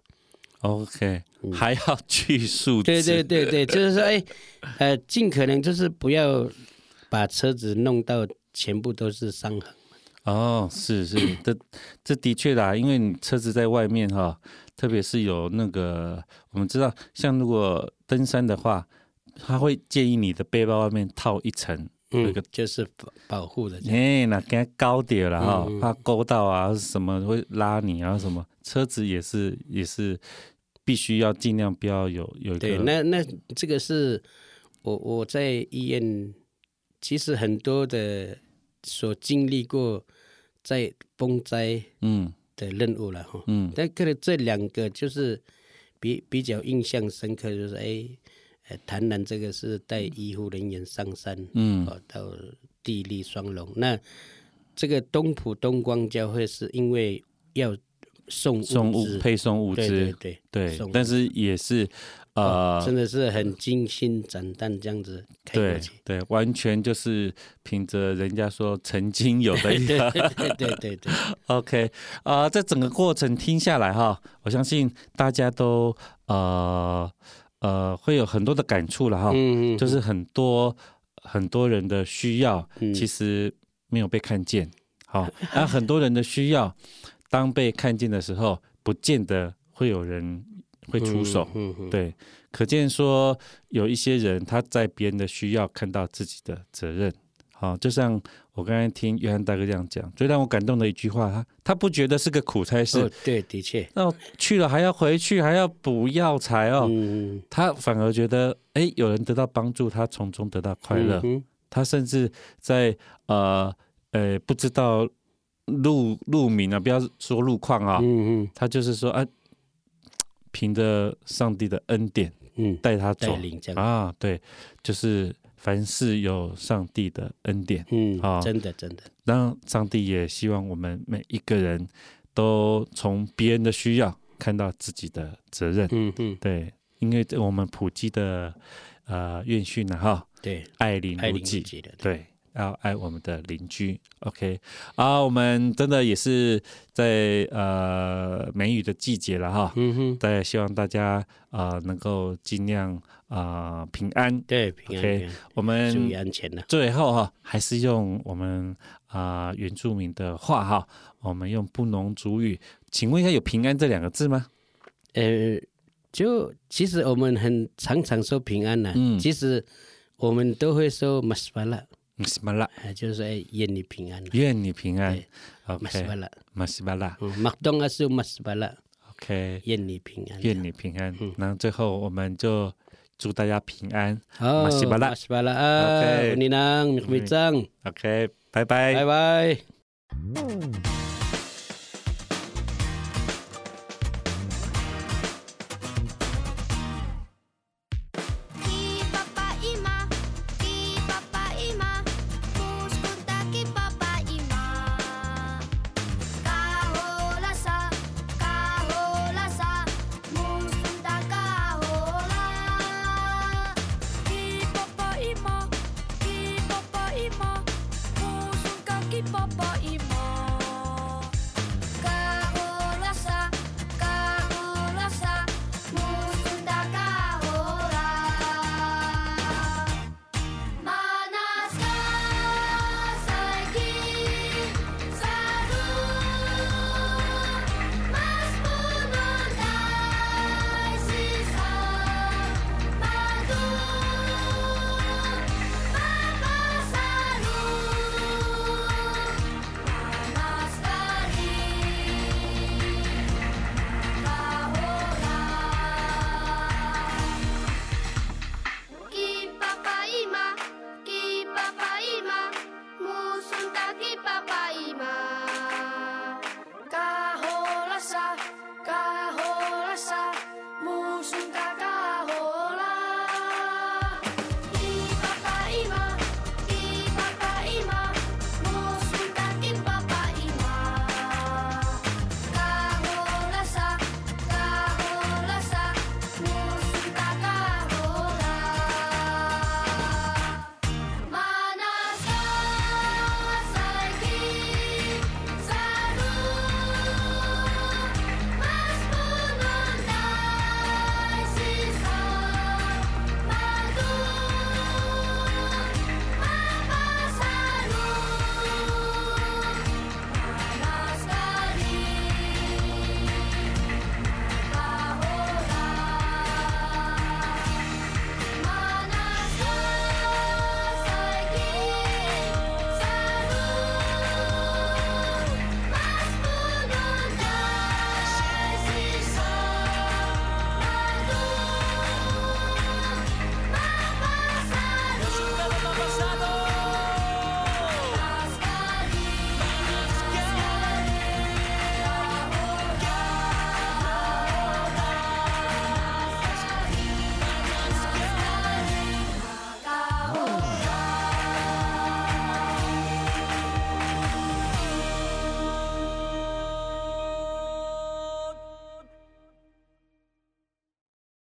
Speaker 3: ，OK，还要去树枝，
Speaker 2: 嗯对对对对，就是说，哎，呃，尽可能就是不要把车子弄到全部都是伤痕。
Speaker 3: 哦，是是，这这的确啦，因为你车子在外面哈，特别是有那个，我们知道，像如果登山的话，他会建议你的背包外面套一层，有一
Speaker 2: 嗯
Speaker 3: 个，
Speaker 2: 就是保保护的这样，
Speaker 3: 哎，那给它高点了哈
Speaker 2: 嗯嗯，
Speaker 3: 怕勾到啊什么会拉你啊什么，车子也是也是必须要尽量不要有有一个，
Speaker 2: 对，那那这个是我我在医院，其实很多的所经历过在风灾
Speaker 3: 嗯
Speaker 2: 的任务了哈，
Speaker 3: 嗯
Speaker 2: 但可能这两个就是比比较印象深刻，就是哎，呃，台南这个是带医护人员上山，
Speaker 3: 嗯
Speaker 2: 哦，到地利双龙。那这个东浦东光教会是因为要送
Speaker 3: 送物
Speaker 2: 资，
Speaker 3: 配送物
Speaker 2: 对对
Speaker 3: 资，
Speaker 2: 对，
Speaker 3: 对
Speaker 2: 送，
Speaker 3: 但是也是
Speaker 2: 哦
Speaker 3: 呃，
Speaker 2: 真的是很精心斩断这样子开过
Speaker 3: 对
Speaker 2: 去。
Speaker 3: 对，完全就是凭着人家说曾经有的一
Speaker 2: 对
Speaker 3: 个
Speaker 2: [LAUGHS] 对对对对对，
Speaker 3: [LAUGHS] OK，啊，这整个过程听下来哈，我相信大家都呃呃会有很多的感触了哈，
Speaker 2: 嗯，嗯
Speaker 3: 哦就是很多很多人的需要
Speaker 2: 嗯
Speaker 3: 其实没有被看见，好、
Speaker 2: [LAUGHS]
Speaker 3: 那、很多人的需要当被看见的时候，不见得会有人会出手，
Speaker 2: 嗯嗯嗯
Speaker 3: 对，可见说有一些人他在别人的需要看到自己的责任。好，就像我刚才听约翰大哥这样讲，最让我感动的一句话，他他不觉得是个苦差事
Speaker 2: 哦，对，的确，
Speaker 3: 那、我去了还要回去，还要补药材哦，
Speaker 2: 嗯，
Speaker 3: 他反而觉得，哎，有人得到帮助，他从中得到快乐。
Speaker 2: 嗯
Speaker 3: 他甚至在呃呃不知道路路名啊，不要说路况啊，
Speaker 2: 嗯
Speaker 3: 他就是说，啊，凭着上帝的恩典，
Speaker 2: 嗯
Speaker 3: 带他走
Speaker 2: 带领这样
Speaker 3: 啊，对，就是凡事有上帝的恩典，
Speaker 2: 嗯
Speaker 3: 好
Speaker 2: 嗯，真的真的，
Speaker 3: 让上帝也希望我们每一个人都从别人的需要看到自己的责任，
Speaker 2: 嗯嗯，
Speaker 3: 对，因为这我们普及的呃院训呢、哈，
Speaker 2: 对，
Speaker 3: 爱邻
Speaker 2: 爱
Speaker 3: 如
Speaker 2: 邻
Speaker 3: 己
Speaker 2: 不，己的，
Speaker 3: 对，要爱我们的邻居。OK，啊，我们真的也是在呃梅雨的季节了哈，
Speaker 2: 嗯哼，
Speaker 3: 大家希望大家呃能够尽量啊、呃平安。
Speaker 2: 对，平
Speaker 3: OK，嗯
Speaker 2: 安
Speaker 3: 我
Speaker 2: 平安，注意
Speaker 3: 们
Speaker 2: 安全啊了。
Speaker 3: 最后哈，还是用我们啊、呃原住民的话哈，我们用布农族语，请问一下有平安这两个字吗？
Speaker 2: 呃，就其实我们很常常说平安呐、
Speaker 3: 嗯
Speaker 2: 其实我们都会说 m a s b a l a
Speaker 3: 什么啦？
Speaker 2: 就是说哎愿你平安、啊。
Speaker 3: 愿你平安
Speaker 2: 对。m a s b a
Speaker 3: OK，
Speaker 2: l a
Speaker 3: 马西巴拉。
Speaker 2: 嗯，麦当阿是 m a s b a l a
Speaker 3: OK，
Speaker 2: 愿你平安。
Speaker 3: 愿你平安
Speaker 2: 嗯。
Speaker 3: 那最后我们就祝大家平安。
Speaker 2: 哦
Speaker 3: Mas Bala
Speaker 2: Oh, Mas Ah, Bala 啊，
Speaker 3: Okay
Speaker 2: 你能米米
Speaker 3: Eh. OK，拜拜。
Speaker 2: 拜拜。